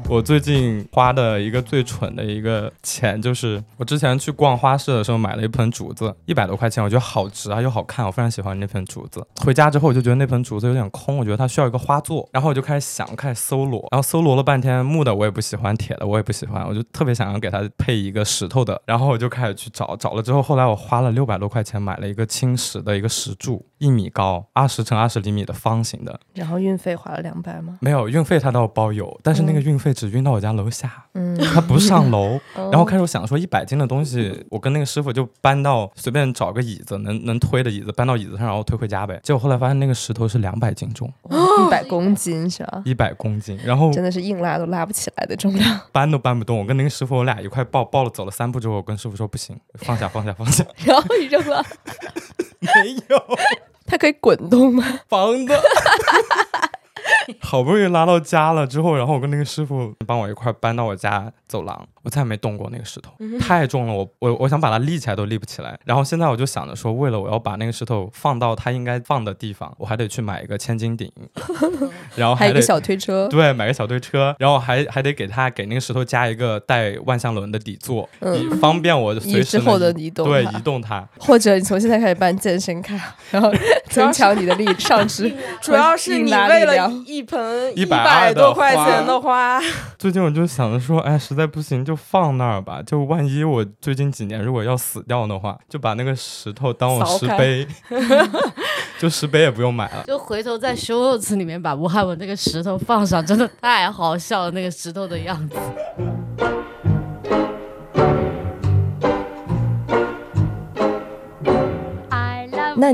S2: 我最近花的一个最蠢的一个钱，就是我之前去逛花市的时候买了一盆竹子，一百多块钱，我觉得好值啊，又好看，我非常喜欢那盆竹子。回家之后我就觉得那盆竹子有点空，我觉得它需要一个花座，然后我就开始想，开始搜罗，然后搜罗了半天，木的我也不喜欢，铁的我也不喜欢，我就特别想要给它配一个石头的，然后我就开始去找，找了之后，后来我花了六百多块钱买了一个青石的一个石柱，一米高，二十乘二十厘米的方形的，
S4: 然后运费花了两百吗？
S2: 没有运费它倒包邮，但是那个运费只运到我家楼下。
S4: 嗯，
S2: 他不上楼，
S4: 哦
S2: 然后开始我想说一百斤的东西，我跟那个师傅就搬到随便找个椅子能能推的椅子搬到椅子上，然后推回家呗。结果后来发现那个石头是两百斤重，
S5: 哦
S4: 一百公斤是吧？
S2: 一百公斤，然后
S4: 真的是硬拉都拉不起来的重量，
S2: 搬都搬不动。我跟那个师傅我俩一块抱抱了走了三步之后，我跟师傅说不行，放下放下放 下，
S4: 然后你扔了，
S2: 没有
S4: 它可以滚动吗？
S2: 房 子。好不容易拉到家了之后，然后我跟那个师傅帮我一块搬到我家走廊，我再也没动过那个石头，
S4: 嗯
S2: 太重了，我我我想把它立起来都立不起来。然后现在我就想着说，为了我要把那个石头放到它应该放的地方，我还得去买一个千斤顶， 然后
S4: 还有
S2: 哦
S4: 一
S2: 得
S4: 个小推车，
S2: 对买个小推车，然后还还得给它给那个石头加一个带万向轮的底座，以方便我随时
S4: 你嗯之后的
S2: 能
S4: 移动
S2: 对
S4: 它
S2: 移动它。
S4: 或者你从现在开始办健身卡，然后 增强你的力上肢，
S3: 主要是
S4: 硬
S3: 你
S4: 拉
S3: 为
S4: 力
S3: 了
S4: 量
S3: 一盆
S2: 120
S3: 百
S2: 的
S3: 多块钱的花，
S2: 最近我就想着说，哎，实在不行就放那儿吧。就万一我最近几年如果要死掉的话，就把那个石头当我
S3: 扫
S2: 石
S3: 开
S2: 碑，就石碑也不用买了。
S5: 就回头在修肉词里面把吴汉文那个石头放上，真的太好笑了，那个石头的样子。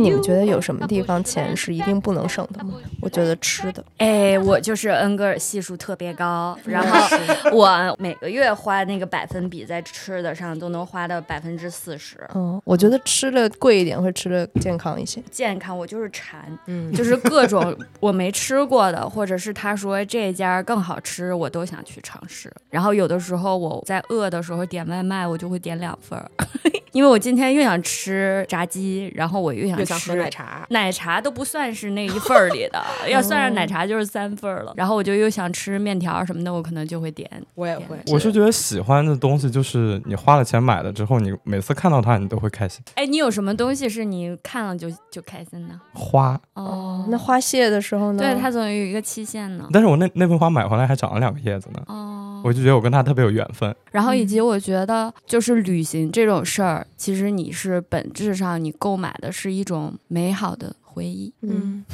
S4: 你们觉得有什么地方钱是一定不能省的吗？我觉得吃的，
S6: 哎，我就是恩格尔系数特别高，然后我每个月花那个百分比在吃的上都能花到百分之四十。
S4: 嗯，我觉得吃的贵一点会吃的健康一些。
S6: 健康，我就是馋，
S3: 嗯
S6: 就是各种我没吃过的，或者是他说这家更好吃，我都想去尝试。然后有的时候我在饿的时候点外卖，我就会点两份儿， 因为我今天又想吃炸鸡，然后我又想
S3: 又
S6: 吃
S3: 想喝奶茶，
S6: 奶茶都不算是那一份儿里 的，要算
S4: 哦
S6: 上奶茶就是三份儿了。然后我就又想吃面条什么的，我可能就会点。
S3: 我也会。
S2: 我是觉得喜欢的东西就是你花了钱买了之后，你每次看到它，你都会开心。
S6: 哎，你有什么东西是你看了就就开心的？
S2: 花，
S6: 哦，
S4: 那花谢的时候呢？
S6: 对，它总有一个期限呢。
S2: 但是我那那盆花买回来还长了两个叶子呢，
S6: 哦，
S2: 我就觉得我跟它特别有缘分。
S6: 然
S4: 嗯
S6: 后以及我觉得，就是旅行这种事儿，其实你是本质上你购买的是一种美好的回忆，
S4: 嗯，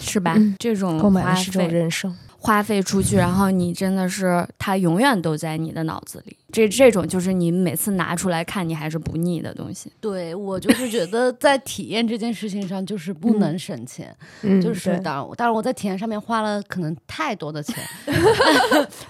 S6: 是吧？
S4: 嗯
S6: 这种
S4: 购买
S6: 花
S4: 的是种
S6: 费
S4: 人生。
S6: 花费出去，然后你真的是它永远都在你的脑子里。这这种就是你每次拿出来看，你还是不腻的东西。
S5: 对我就是觉得在体验这件事情上就是不能省钱，
S4: 嗯
S5: 就是当然，当然我在体验上面花了可能太多的钱，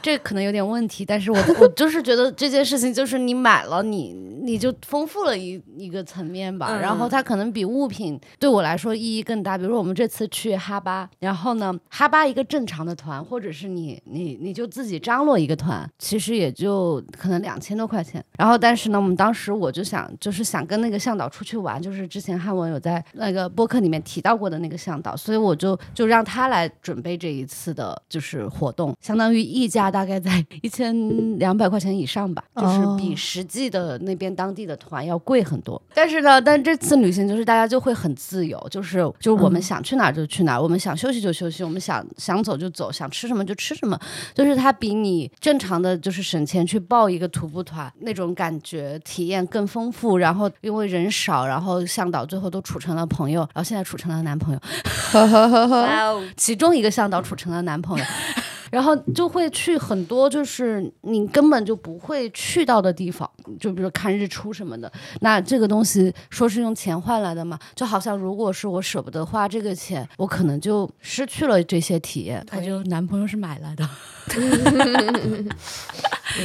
S5: 这可能有点问题，但是我我就是觉得这件事情就是你买了你你就丰富了一一个层面吧，
S3: 嗯
S5: 然后它可能比物品对我来说意义更大。比如说我们这次去哈巴，然后呢，哈巴一个正常的团，或者是你你你就自己张罗一个团，其实也就可能两千多块钱。然后但是呢，我们当时我就想就是想跟那个向导出去玩，就是之前汉文有在那个播客里面提到过的那个向导，所以我就就让他来准备这一次的就是活动，相当于溢价大概在一千两百块钱以上吧，就是
S4: 哦
S5: 比
S6: 嗯
S5: 实际的那边当地的团要贵很多。但是呢，但这次旅行就是大家就会很自由，就是就是我
S6: 嗯
S5: 们想去哪儿就去哪儿，我们想休息就休息，我们想想走就走，想吃什么就吃什么，就是它比你正常的就是省钱去报一个徒步团那种感觉体验更丰富，然后因为人少，然后向导最后都处成了朋友，然后现在处成了男朋友，
S6: 哇哦！
S5: 其中一个向导处成了男朋友。然后就会去很多就是你根本就不会去到的地方，就比如看日出什么的。那这个东西说是用钱换来的嘛，就好像如果是我舍不得花这个钱，我可能就失去了这些体验。
S6: 他就男朋友是买来的，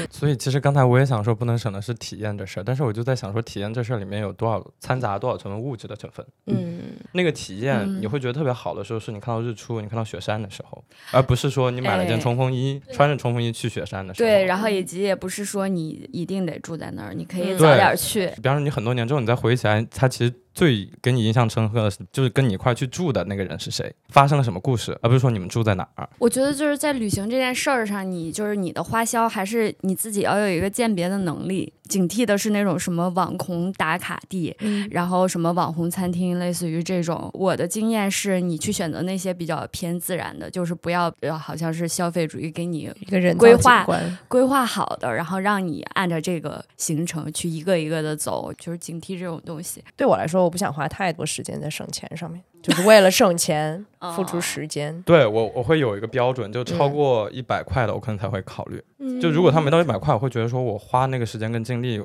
S2: 所以其实刚才我也想说，不能省的是体验这事儿，但是我就在想说，体验这事儿里面有多少掺杂多少成分物质的成分？
S4: 嗯，
S2: 那个体验你会觉得特别好的时候，是你看到日出、你看到雪山的时候，而不是说你买了件
S6: 哎
S2: 冲锋衣，穿着冲锋衣去雪山的时候。
S6: 对，然后以及也不是说你一定得住在那儿，你可以
S3: 嗯
S6: 早
S2: 对
S6: 点去。
S2: 比方说你很多年之后，你再回忆起来，他其实最给你印象深刻的是，就是跟你一块去住的那个人是谁，发生了什么故事，而不是说你们住在哪儿。
S6: 我觉得就是在旅行这件事儿上，你就是你的花销还是你自己要有一个鉴别的能力，警惕的是那种什么网红打卡地，然后什么网红餐厅，类似于这种。我的经验是，你去选择那些比较偏自然的，就是不要呃好像是消费主义给你
S4: 一个人造
S6: 规划
S4: 景观
S6: 规划好的，然后让你按照这个行程去一个一个的走，就是警惕这种东西。
S4: 对我来说，我不想花太多时间在省钱上面，就是为了省 钱
S6: 哦
S4: 付出时间。
S2: 对我，我会有一个标准，就超过一百块的，我可能才会考虑。
S3: 嗯
S2: 就如果他没到一百块，我会觉得说我花那个时间跟精力，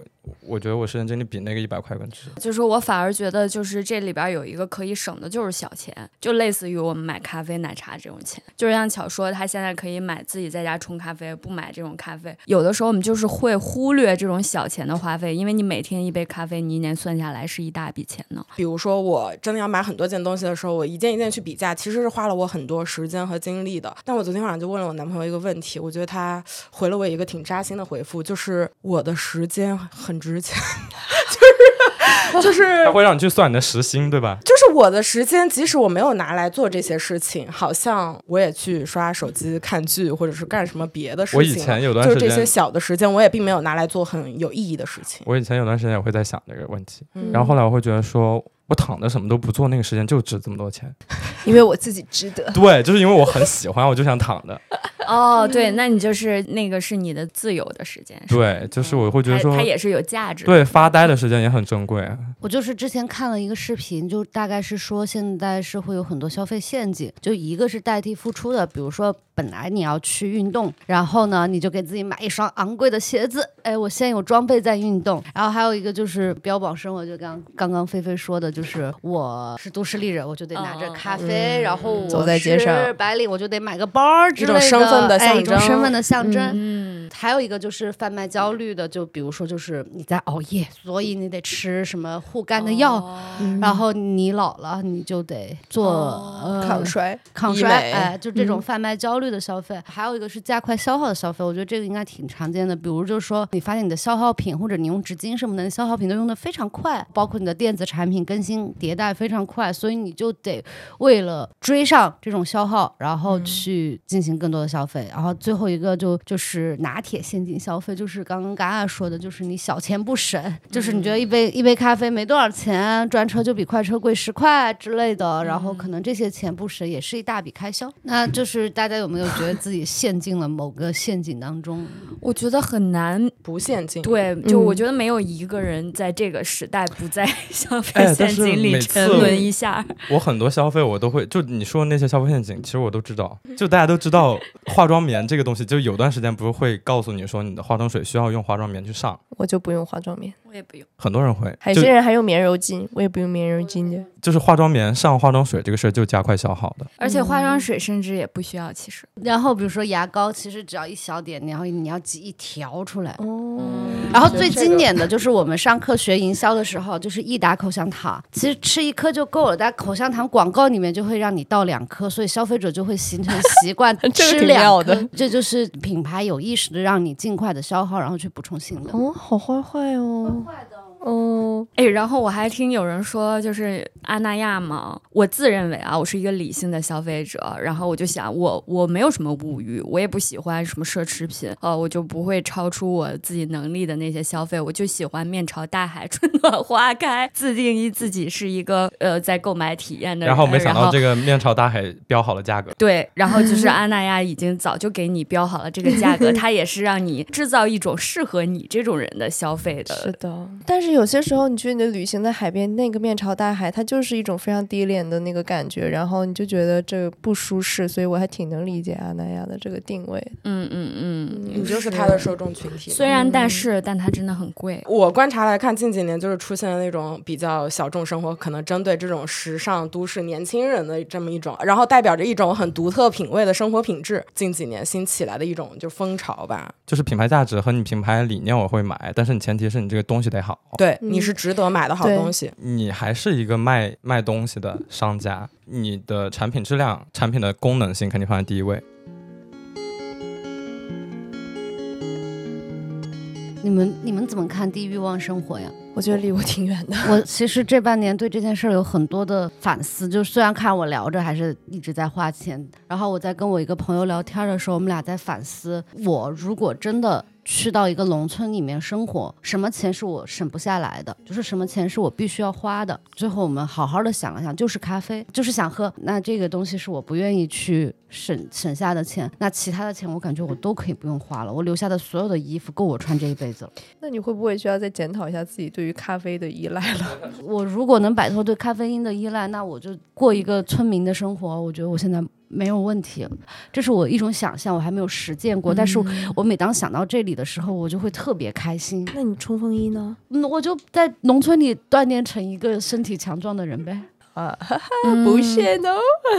S2: 我觉得我时间精力比那个一百块更值。
S6: 就是我反而觉得，就是这里边有一个可以省的，就是小钱，就类似于我们买咖啡、奶茶这种钱。就是像巧说，他现在可以买自己在家冲咖啡，不买这种咖啡。有的时候我们就是会忽略这种小钱的花费，因为你每天一杯咖啡，你一年算下来是一大笔钱 呢。
S3: 比如说，我真的要买很多件东西的时候，我一件一件去比价，其实是花了我很多时间和精力的。但我昨天晚上就问了我男朋友一个问题，我觉得他回了我一个挺扎心的回复，就是我的时间很值钱， 就是就是
S2: 他会让你去算你的时薪，对吧？
S3: 就是我的时间，即使我没有拿来做这些事情，好像我也去刷手机、看剧，或者是干什么别的事情
S2: 我
S3: 了。
S2: 以前有段
S3: 就
S2: 时
S3: 是这些
S2: 间
S3: 小的时间，我也并没有拿来做很有意义的事情。
S2: 我以前有段时间也会在想这个问题，
S3: 嗯
S2: 然后后来我会觉得说。我躺着什么都不做，那个时 间就值这么多钱。
S4: 因为我自己值得。
S2: 对，就是因为我很喜欢，我就想躺着。
S6: 哦，对，那你就是那个是你的自由的时间，是吧
S2: 对，就是我会觉得
S6: 它
S2: 说
S6: 它，也是有价值的。
S2: 对发呆的时间也很珍贵。
S5: 我就是之前看了一个视频，就大概是说现在是会有很多消费陷阱，就一个是代替付出的，比如说本来你要去运动，然后呢你就给自己买一双昂贵的鞋子，哎，我先有装备再运动。然后还有一个就是标榜生活，就刚刚刚菲菲说的，就是我是都市丽人，我就得拿着咖啡，然后我
S4: 走在街上
S5: 是白领，我就得买个包儿之
S3: 一
S5: 类
S3: 种身份
S5: 的，
S3: 的
S5: 哎，
S3: 象
S5: 一种
S3: 征
S5: 身份的象征。
S6: 嗯，
S5: 还有一个就是贩卖焦虑的，就比如说就是你在熬夜，所以你得吃什么护肝的药，
S3: 哦
S5: 然后你老了你就得做、
S3: 哦
S5: 呃
S4: 抗衰，
S5: 抗
S3: 医
S5: 衰，
S3: 美
S5: 哎，就
S3: 嗯
S5: 这种贩卖焦虑的消费。还有一个是加快消耗的消费，我觉得这个应该挺常见的。比如就是说你发现你的消耗品或者你用纸巾什么的，你消耗品都用的非常快，包括你的电子产品更新迭代非常快，所以你就得为了追上这种消耗，然后去进行更多的消费。然后最后一个就就是拿铁陷阱消费，就是刚刚嘎嘎说的，就是你小钱不省，就是你觉得一杯一杯咖啡没多少钱，专车就比快车贵十块之类的，然后可能这些钱不省也是一大笔开销。那就是大家有没有觉得自己陷进了某个陷阱当中？
S6: 我觉得很难。
S3: 不限进，
S6: 对，就我
S4: 嗯
S6: 觉得没有一个人在这个时代不在 消
S2: 哎
S6: 费陷
S2: 但是
S6: 阱里
S2: 每
S6: 沉
S2: 次
S6: 沦一下。
S2: 我很多消费我都会，就你说的那些消费陷阱，其实我都知道。
S3: 嗯
S2: 就大家都知道化妆棉这个东西，就有段时间不是会告诉你说你的化妆水需要用化妆棉去上，
S4: 我就不用化妆棉，
S6: 我也不用。
S2: 很多人会，
S4: 还有
S2: 就
S4: 些人还用棉柔巾，我也不用棉柔巾的。
S2: 就是化妆棉上化妆水这个事儿就加快消耗的。
S6: 而且化妆水甚至也不需要，其实
S5: 然后比如说牙膏，其实只要一小点，然后你要挤一条出来。
S4: 哦，
S5: 然后最经典的就是我们上课学营销的时候，就是一打口香糖，其实吃一颗就够了，但口香糖广告里面就会让你倒两颗，所以消费者就会形成习惯
S4: 这个
S5: 吃
S4: 挺
S5: 两
S4: 妙的
S5: 颗，这就是品牌有意识的让你尽快的消耗，然后去补充新的。
S4: 哦，好坏坏哦，坏的哦，
S6: 哎，然后我还听有人说，就是阿那亚嘛，我自认为啊，我是一个理性的消费者，然后我就想，我我没有什么物欲，我也不喜欢什么奢侈品，呃，我就不会超出我自己能力的那些消费，我就喜欢面朝大海，春暖花开，自定义自己是一个呃在购买体验的人，
S2: 然后没想
S6: 然
S2: 到这个面朝大海标好了价格，
S6: 对，然后 就是阿那亚已经早就给你标好了这个价格，它也是让你制造一种适合你这种人的消费的。
S4: 是的。呃但是有些时候，你去你的旅行在海边，那个面朝大海，它就是一种非常低廉的那个感觉，然后你就觉得这个不舒适，所以我还挺能理解啊阿那亚的这个定位。
S6: 嗯嗯嗯。
S3: 你就是他的受众群体。
S6: 虽然但是，但它真的很贵。
S3: 我观察来看，近几年就是出现了那种比较小众生活，可能针对这种时尚都市年轻人的这么一种，然后代表着一种很独特品味的生活品质。近几年兴起来的一种就风潮吧，
S2: 就是品牌价值和你品牌理念我会买，但是你前提是你这个东西得好。
S3: 对，
S4: 嗯
S3: 你是值得买的好
S4: 对
S3: 东西。
S2: 你还是一个卖卖东西的商家，你的产品质量、产品的功能性肯定放在第一位。
S5: 你们你们怎么看低欲望生活呀？
S4: 我觉得离我挺远的。
S5: 我其实这半年对这件事儿有很多的反思，就虽然看我聊着还是一直在花钱，然后我在跟我一个朋友聊天的时候，我们俩在反思，我如果真的去到一个农村里面生活，什么钱是我省不下来的，就是什么钱是我必须要花的。最后我们好好的想了想，就是咖啡，就是想喝，那这个东西是我不愿意去省省下的钱，那其他的钱我感觉我都可以不用花了，我留下的所有的衣服够我穿这一辈子了。
S4: 那你会不会需要再检讨一下自己对于咖啡的依赖了？
S5: 我如果能摆脱对咖啡因的依赖，那我就过一个村民的生活。我觉得我现在没有问题，这是我一种想象，我还没有实践过。但是我我每当想到这里的时候，我就会特别开心。
S4: 那你冲锋衣呢？
S5: 嗯，我就在农村里锻炼成一个身体强壮的人呗。
S4: 啊，哈哈，不屑呢？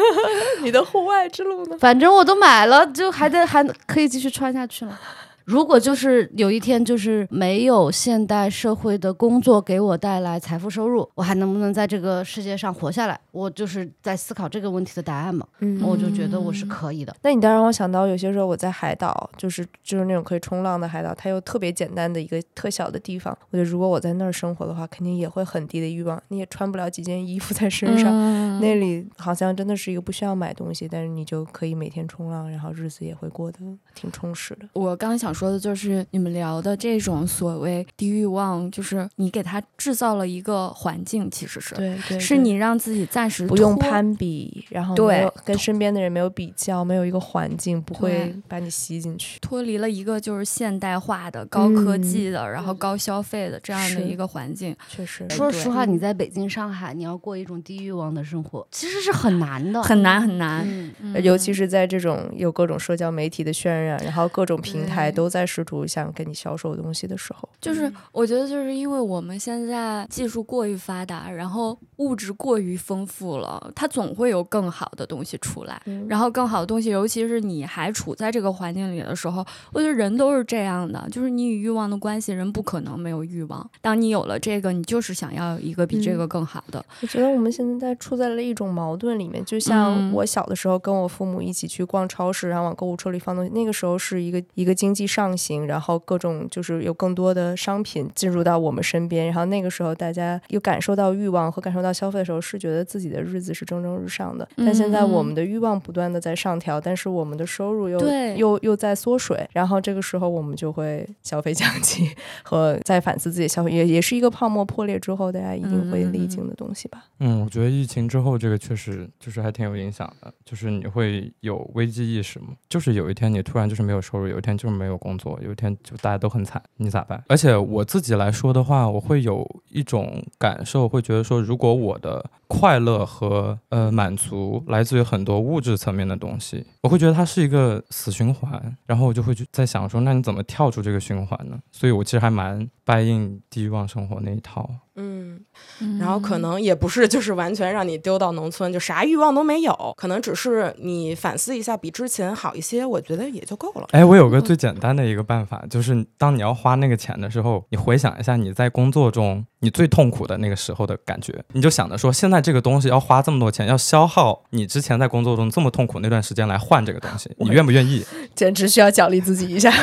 S4: 你的户外之路呢？
S5: 反正我都买了，就还得 还可以继续穿下去了。如果就是有一天就是没有现代社会的工作给我带来财富收入，我还能不能在这个世界上活下来？我就是在思考这个问题的答案嘛。
S4: 嗯
S5: 我就觉得我是可以的。
S4: 那你当然让我想到，有些时候我在海岛，就是就是那种可以冲浪的海岛，它有特别简单的一个特小的地方。我觉得如果我在那儿生活的话，肯定也会很低的欲望，你也穿不了几件衣服在身上。那里好像真的是一个不需要买东西，但是你就可以每天冲浪，然后日子也会过得挺充实的。
S6: 我刚想想说的就是，你们聊的这种所谓低欲望，就是你给他制造了一个环境，其实是
S4: 对对，
S6: 是
S4: 对
S6: 你让自己暂时
S4: 不用
S6: 脱
S4: 攀比，然后
S6: 对
S4: 没有跟身边的人没有比较，没有一个环境不会
S6: 对
S4: 把你吸进去。
S6: 脱离了一个就是现代化的、高科技的，然后高消费的这样的
S4: 嗯是
S6: 一个环境。
S4: 确实，
S5: 说实话，
S4: 对
S5: 你在北京、上海，你要过一种低欲望的生活，其实是很难的，
S6: 很难很难，
S5: 嗯。嗯
S4: 尤其是在这种有各种社交媒体的渲染，然后各种平台
S6: 对
S4: 都在试图想跟你销售东西的时候，
S6: 就是我觉得，就是因为我们现在技术过于发达，然后物质过于丰富了，它总会有更好的东西出来。然后更好的东西，尤其是你还处在这个环境里的时候，我觉得人都是这样的，就是你与欲望的关系，人不可能没有欲望。当你有了这个，你就是想要一个比这个更好的。
S4: 我觉得我们现在处在了一种矛盾里面，就像我小的时候跟我父母一起去逛超市，然后往购物车里放东西，那个时候是一个一个经济上行，然后各种就是有更多的商品进入到我们身边，然后那个时候大家有感受到欲望和感受到消费的时候，是觉得自己的日子是蒸蒸日上的。但现在我们的欲望不断的在上调，但是我们的收入又
S6: 对
S4: 又又在缩水，然后这个时候我们就会消费降级和再反思自己的消费，也也是一个泡沫破裂之后大家一定会历经的东西吧。
S2: 嗯，我觉得疫情之后，这个确实就是还挺有影响的，就是你会有危机意识嘛，就是有一天你突然就是没有收入，有一天就是没有工作，有一天就大家都很惨，你咋办？而且我自己来说的话，我会有一种感受，会觉得说，如果我的快乐和呃满足来自于很多物质层面的东西，我会觉得它是一个死循环，然后我就会去在想说，那你怎么跳出这个循环呢？所以我其实还蛮 buy in 低欲望生活那一套。
S3: 嗯，然后可能也不是就是完全让你丢到农村，就啥欲望都没有，可能只是你反思一下，比之前好一些，我觉得也就够了。
S2: 哎，我有个最简单的一个办法，就是当你要花那个钱的时候，你回想一下你在工作中你最痛苦的那个时候的感觉，你就想着说，现在这个东西要花这么多钱，要消耗你之前在工作中这么痛苦那段时间来换这个东西，你愿不愿意？
S4: 简直需要奖励自己一下。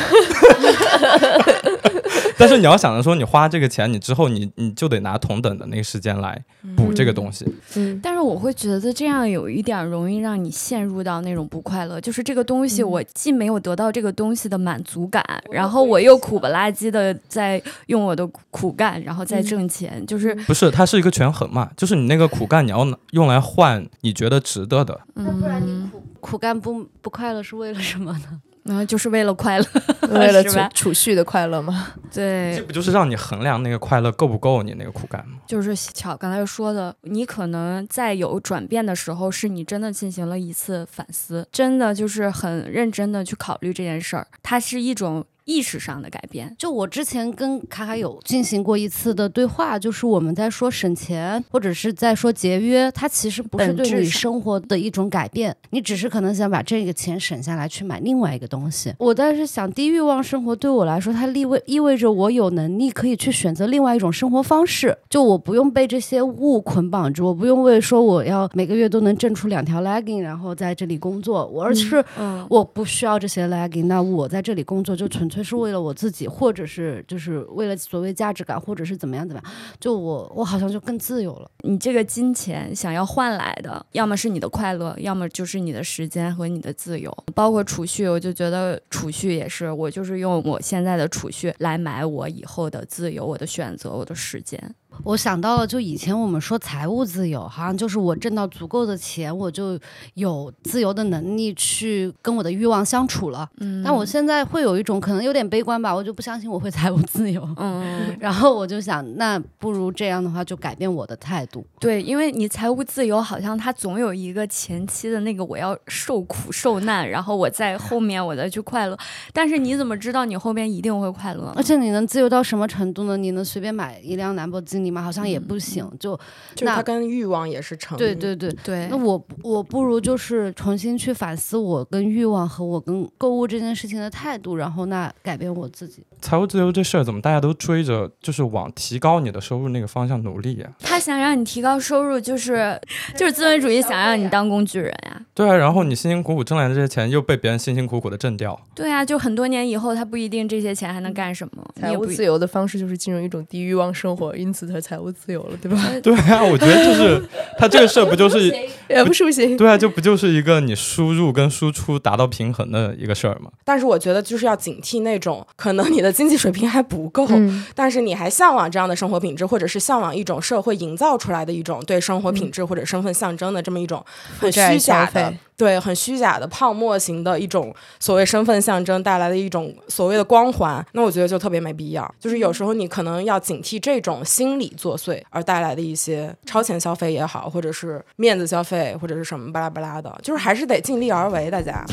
S2: 但是你要想着说，你花这个钱，你之后你你就得拿同等的那个时间来补这个东西。
S4: 嗯，
S6: 但是我会觉得这样有一点容易让你陷入到那种不快乐，就是这个东西我既没有得到这个东西的满足感，然后嗯我又苦不拉几的在用我的苦干，然后再挣钱，就是
S2: 不是，它是一个权衡嘛，就是你那个苦干，你要拿用来换你觉得值得的。
S6: 嗯
S5: 那不然你苦苦干不不快乐是为了什么呢？
S6: 然后嗯就是为了快乐，
S4: 为了
S6: 是
S4: 储
S6: 吧
S4: 储蓄的快乐吗？
S2: 这
S6: 对，
S2: 不就是让你衡量那个快乐够不够你那个苦干吗？
S6: 就是巧刚才说的，你可能在有转变的时候，是你真的进行了一次反思，真的就是很认真的去考虑这件事儿，它是一种意识上的改变。
S5: 就我之前跟卡卡有进行过一次的对话，就是我们在说省钱或者是在说节约，它其实不是
S6: 本质
S5: 对你
S6: 上
S5: 生活的一种改变，你只是可能想把这个钱省下来去买另外一个东西。我但是想低欲望生活对我来说，它意味意味着我有能力可以去选择另外一种生活方式，就我不用被这些物捆绑住，我不用为说我要每个月都能挣出两条 legging，然后在这里工作，我而是
S6: 嗯，
S5: 我不需要这些 legging，那我在这里工作就纯粹是为了我自己，或者是就是为了所谓价值感，或者是怎么样怎么样，就我我好像就更自由了。
S6: 你这个金钱想要换来的，要么是你的快乐，要么就是你的时间和你的自由，包括储蓄。我就觉得储蓄也是，我就是用我现在的储蓄来买我以后的自由、我的选择、我的时间。
S5: 我想到了，就以前我们说财务自由，好像就是我挣到足够的钱，我就有自由的能力去跟我的欲望相处了。
S6: 嗯
S5: 但我现在会有一种可能有点悲观吧，我就不相信我会 财务自由。
S6: 嗯，
S5: 然后我就想，那不如这样的话，就改变我的态度。
S6: 对，因为你财务自由，好像它总有一个前期的那个我要受苦受难，然后我在后面我再去快乐。但是你怎么知道你后边一定会快乐呢？
S5: 而且你能自由到什么程度呢？你能随便买一辆兰博基尼吗？好像也不行。就
S3: 就是
S5: 那
S3: 它跟欲望也是成
S5: 对对对，
S6: 对
S5: 那我我不如就是重新去反思我跟欲望和我跟购物这件事情的态度，然后那改变我自己。
S2: 财务自由这事儿怎么大家都追着，就是往提高你的收入那个方向努力呀、
S6: 他想让你提高收入，就是就是资本主义想让你当工具人呀、
S2: 对啊，然后你辛辛苦苦挣来的这些钱又被别人辛辛苦苦的挣掉，
S6: 对啊，就很多年以后，他不一定这些钱还能干什么，你
S4: 嗯财
S6: 也
S4: 务
S6: 不一
S4: 自由的方式就是进入一种低欲望生活，因此它财务自由了，对吧？
S2: 对啊，我觉得就是它这个事儿不就是
S4: 也不是不行。
S2: 对啊，就不就是一个你输入跟输出达到平衡的一个事儿嘛？
S3: 但是我觉得就是要警惕那种可能你的经济水平还不
S4: 哦
S3: 够，
S5: 嗯
S4: 嗯
S3: 但是你还向往这样的生活品质，或者是向往一种社会营造出来的一种对生活品质或者身份象征的这么一种很
S4: 债
S3: 虚
S4: 嗯
S3: 假
S4: 消
S3: 的
S4: 费。
S3: 对，很虚假的泡沫型的一种所谓身份象征带来的一种所谓的光环，那我觉得就特别没必要。就是
S4: 嗯
S3: 有时候你可能要警惕这种心理作祟而带来的一些超前消费也好，或者是面子消费或者是什么巴拉巴拉的，就是还是得尽力而为，大家。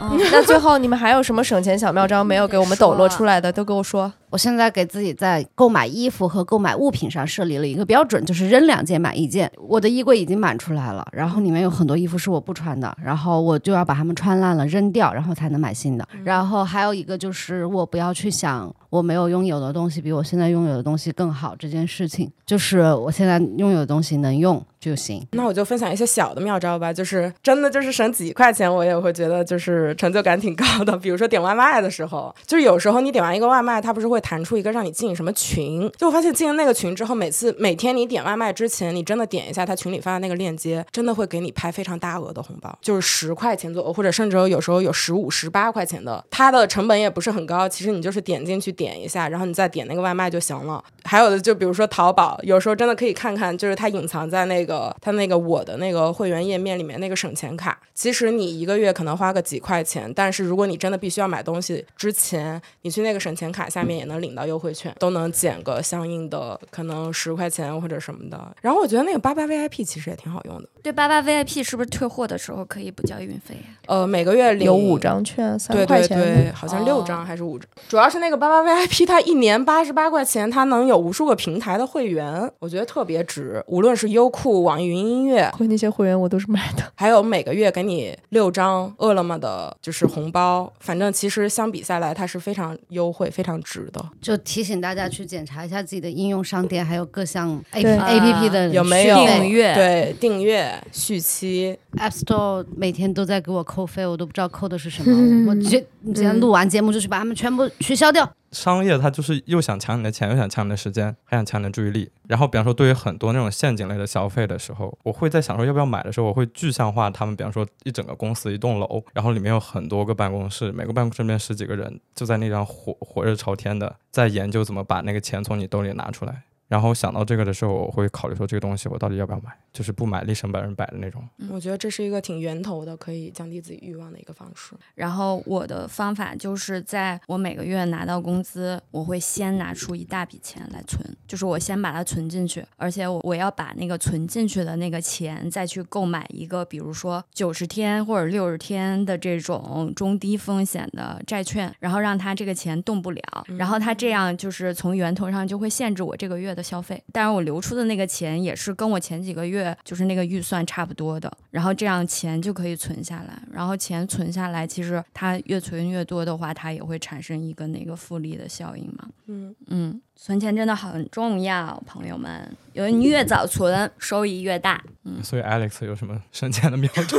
S8: 嗯
S4: 那最后你们还有什么省钱小妙招没有给我们抖落出来的，都给我 说。
S5: 我现在给自己在购买衣服和购买物品上设立了一个标准，就是扔两件买一件。我的衣柜已经满出来了，然后里面有很多衣服是我不穿的，然后我就要把它们穿烂了扔掉，然后才能买新
S3: 嗯
S5: 的。然后还有一个就是我不要去想我没有拥有的东西比我现在拥有的东西更好这件事情，就是我现在拥有的东西能用就行。
S3: 那我就分享一些小的妙招吧，就是真的就是省几块钱，我也会觉得就是成就感挺高的。比如说点外卖的时候，就是有时候你点完一个外卖，它不是会弹出一个让你进什么群？就我发现进了那个群之后，每次每天你点外卖之前，你真的点一下他群里发的那个链接，真的会给你拍非常大额的红包，就是十块钱左右，或者甚至有时候有十五、十八块钱的，它的成本也不是很高，其实你就是点进去点一下，然后你再点那个外卖就行了。还有的就比如说淘宝，有时候真的可以看看，就是它隐藏在那个它那个我的那个会员页面里面那个省钱卡。其实你一个月可能花个几块钱，但是如果你真的必须要买东西之前，你去那个省钱卡下面也能领到优惠券，都能减个相应的可能十块钱或者什么的。然后我觉得那个八八 VIP 其实也挺好用的，
S6: 对，八八 VIP 是不是退货的时候可以不交运费呀、
S3: 呃，每个月领
S4: 有五。张券，
S3: 对
S4: 三块
S3: 对
S4: 钱。
S3: 对，好
S6: 哦
S3: 像六张还是五张，主要是那个八八 VIP，它一年八十八块钱，它能有无数个平台的会员，我觉得特别值。无论是优酷、网易云音乐，
S4: 亏那些会员我都是买的，
S3: 还有每个月给你六张饿了么的，就是红包，反正其实相比下来，它是非常优惠、非常值的。
S5: 就提醒大家去检查一下自己的应用商店，还有各项 A
S4: 对
S5: A P P
S6: 嗯
S5: 的
S3: 有没有
S5: 续费
S8: 订阅
S3: 对，订阅、续期，
S5: App Store 每天都在给我扣费，我都不知道扣的是什 么。我觉今天录完节目就去把他们全部取消掉。
S2: 商业它就是又想抢你的钱，又想抢你的时间，还想抢你的注意力。然后，比方说对于很多那种陷阱类的消费的时候，我会在想说要不要买的时候，我会具象化他们，比方说一整个公司一栋楼，然后里面有很多个办公室，每个办公室里面十几个人，就在那张火火热朝天的在研究怎么把那个钱从你兜里拿出来。然后想到这个的时候，我会考虑说这个东西我到底要不要买，就是不买立身百分百的那种。
S6: 嗯
S3: 我觉得这是一个挺源头的，可以降低自己欲望的一个方式。
S6: 然后我的方法就是，在我每个月拿到工资，我会先拿出一大笔钱来存，就是我先把它存进去，而且我我要把那个存进去的那个钱再去购买一个，比如说九十天或者六十天的这种中低风险的债券，然后让它这个钱动不了，然后它这样就是从源头上就会限制我这个月的消费，但是我留出的那个钱也是跟我前几个月就是那个预算差不多的，然后这样钱就可以存下来，然后钱存下来，其实它越存越多的话，它也会产生一个那个复利的效应嘛。
S3: 嗯
S6: 嗯，存钱真的很重要，朋友们，因为你越早存，收益越大。
S2: 所以 Alex 有什么 省钱的妙招？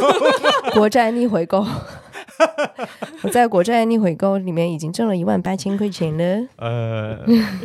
S4: 国债逆回 购。我在国债逆回购里面已经挣了一万八千块钱了。
S2: 呃，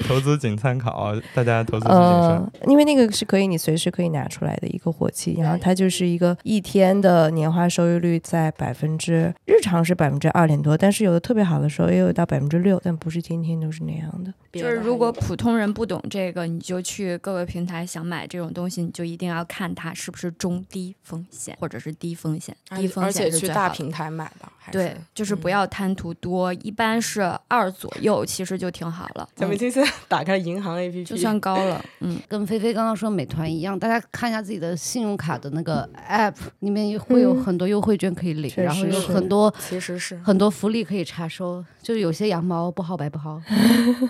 S2: 投资仅参考，啊大家投资是谨慎。
S4: 嗯，因为那个是可以你随时可以拿出来的一个活期，然后它就是一个一天的年化收益率在百分之日常是百分之二点多，但是有的特别好的时候也有到百分之六，但不是天天都是那样的。
S3: 别
S6: 就
S3: 的
S6: 是
S3: 还
S6: 如果
S3: 有
S6: 普通人不懂这个，你就去各个平台想买这种东西，你就一定要看它是不是中低风险或者是低风险，低风
S3: 而
S6: 险
S3: 且
S6: 是
S3: 去
S6: 最
S3: 大
S6: 好的。
S3: 平台买吧，还是嗯
S6: 对，就是不要贪图多，一般是二左右，其实就挺好了，
S3: 咱们
S6: 嗯
S3: 今天 打开银行 APP，
S6: 就算高了，嗯，
S5: 跟菲菲刚刚说美团一样，大家看一下自己的信用卡的那个 app 里面会有很多优惠券可以领，
S4: 嗯确实
S5: 然后有
S4: 是
S5: 很多
S3: 其实是
S5: 很多福利可以查收，就是有些羊毛不薅白 不薅。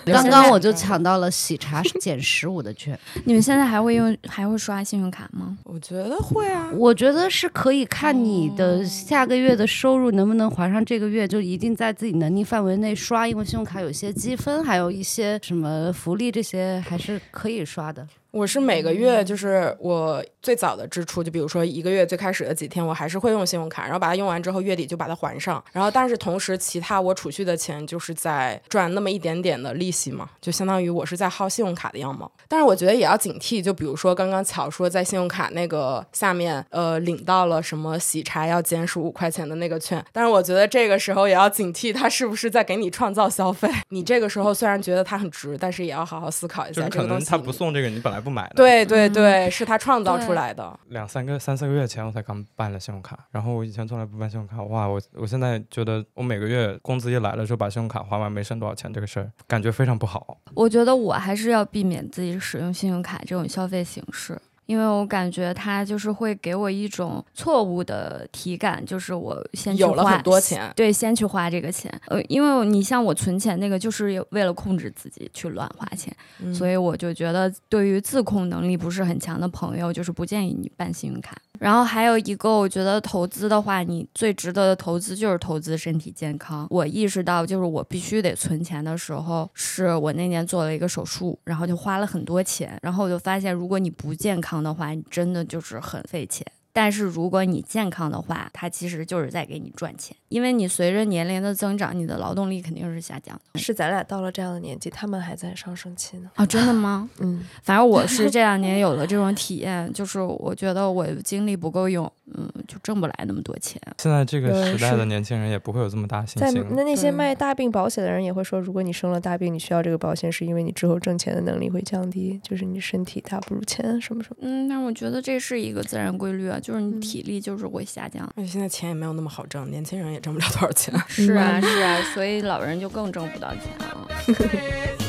S5: 刚刚我就抢到了喜茶减十五的券，
S6: 你们现在还会用还会刷信用卡吗？
S3: 我觉得会啊，
S5: 我觉得是可以看你的下个月的收入能不能还上这个月，就一定在自己能力范围内刷，因为信用卡有些积分，还有一些什么福利，这些还是可以刷的。
S3: 我是每个月，就是我最早的支出，就比如说一个月最开始的几天，我还是会用信用卡，然后把它用完之后，月底就把它还上。然后，但是同时，其他我储蓄的钱就是在赚那么一点点的利息嘛，就相当于我是在耗信用卡的样貌。但是我觉得也要警惕，就比如说刚刚巧说在信用卡那个下面，呃，领到了什么喜茶要减十五块钱的那个券，但是我觉得这个时候也要警惕，它是不是在给你创造消费。你这个时候虽然觉得它很值，但是也要好好思考一
S2: 就
S3: 下
S2: 是
S3: 这
S2: 可
S3: 个
S2: 能
S3: 东西。
S2: 他不送这个，你本来不买的。，
S3: 对对
S6: 嗯
S3: 对，是他创造出来的。
S2: 两三个三四个月前我才刚办了信用卡，然后我以前从来不办信用卡。哇，我我现在觉得我每个月工资一来了之后把信用卡花完没剩多少钱这个事儿，感觉非常不好。
S6: 我觉得我还是要避免自己使用信用卡这种消费形式，因为我感觉它就是会给我一种错误的体感，就是我先去
S3: 有了
S6: 花
S3: 很多钱
S6: 对，先去花这个钱。呃，因为你像我存钱那个，就是为了控制自己去乱花钱，
S3: 嗯
S6: 所以我就觉得对于自控能力不是很强的朋友，就是不建议你办信用卡。然后还有一个，我觉得投资的话，你最值得的投资就是投资身体健康。我意识到，就是我必须得存钱的时候，是我那年做了一个手术，然后就花了很多钱，然后我就发现，如果你不健康的话，你真的就是很费钱。但是如果你健康的话，它其实就是在给你赚钱，因为你随着年龄的增长，你的劳动力肯定是下降的。
S4: 是咱俩到了这样的年纪，他们还在上升期呢。
S6: 啊，真的吗？
S4: 嗯，
S6: 反正我是这两年有了这种体验，就是我觉得我精力不够用，嗯，就挣不来那么多钱。
S2: 现在这个
S4: 对
S2: 时代
S4: 是
S2: 的年轻人也不会有这么大信
S4: 在
S2: 心了。
S4: 那那些
S3: 对
S4: 卖大病保险的人也会说，如果你生了大病，你需要这个保险，是因为你之后挣钱的能力会降低，就是你身体大不如前什么什么。
S6: 嗯，但我觉得这是一个自然规律啊，就是你
S4: 嗯
S6: 体力就是会下降。
S3: 而且哎现在钱也没有那么好挣，年轻人也挣不了多少钱。
S6: 是啊，是啊，所以老人就更挣不到钱了。
S4: 嗯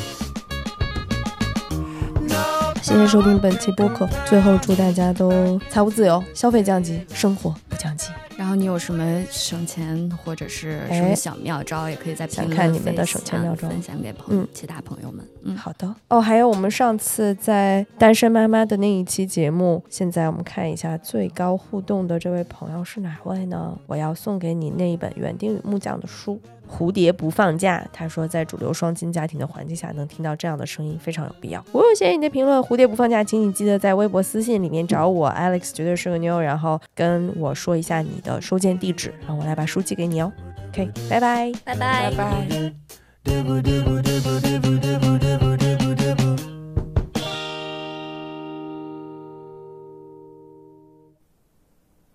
S4: 谢谢收听本期播客，最后祝大家都财务自由，消费降级，生活不降级。
S6: 然后你有什么省钱或者是什
S4: 哎
S6: 么小妙招，也可以在评
S4: 想
S6: 论
S4: 看你们
S6: 分
S4: 的省钱妙
S6: 享
S4: 招
S6: 分享给朋友
S4: 嗯
S6: 其他朋友们。嗯，
S4: 好的哦，还有我们上次在单身妈妈的那一期节目，现在我们看一下最高互动的这位朋友是哪位呢？我要送给你那一本园丁与木匠的书。蝴蝶不放假，他说在主流双薪家庭的环境下，能听到这样的声音非常有必要。我有谢谢你的评论，蝴蝶不放假，请你记得在微博私信里面找我，Alex 绝对是个妞，然后跟我说一下你的收件地址，然后我来把书寄给你哦。OK，拜拜。
S6: 拜拜。
S3: 拜。
S9: dibble dibble dibble dibble dibble dibble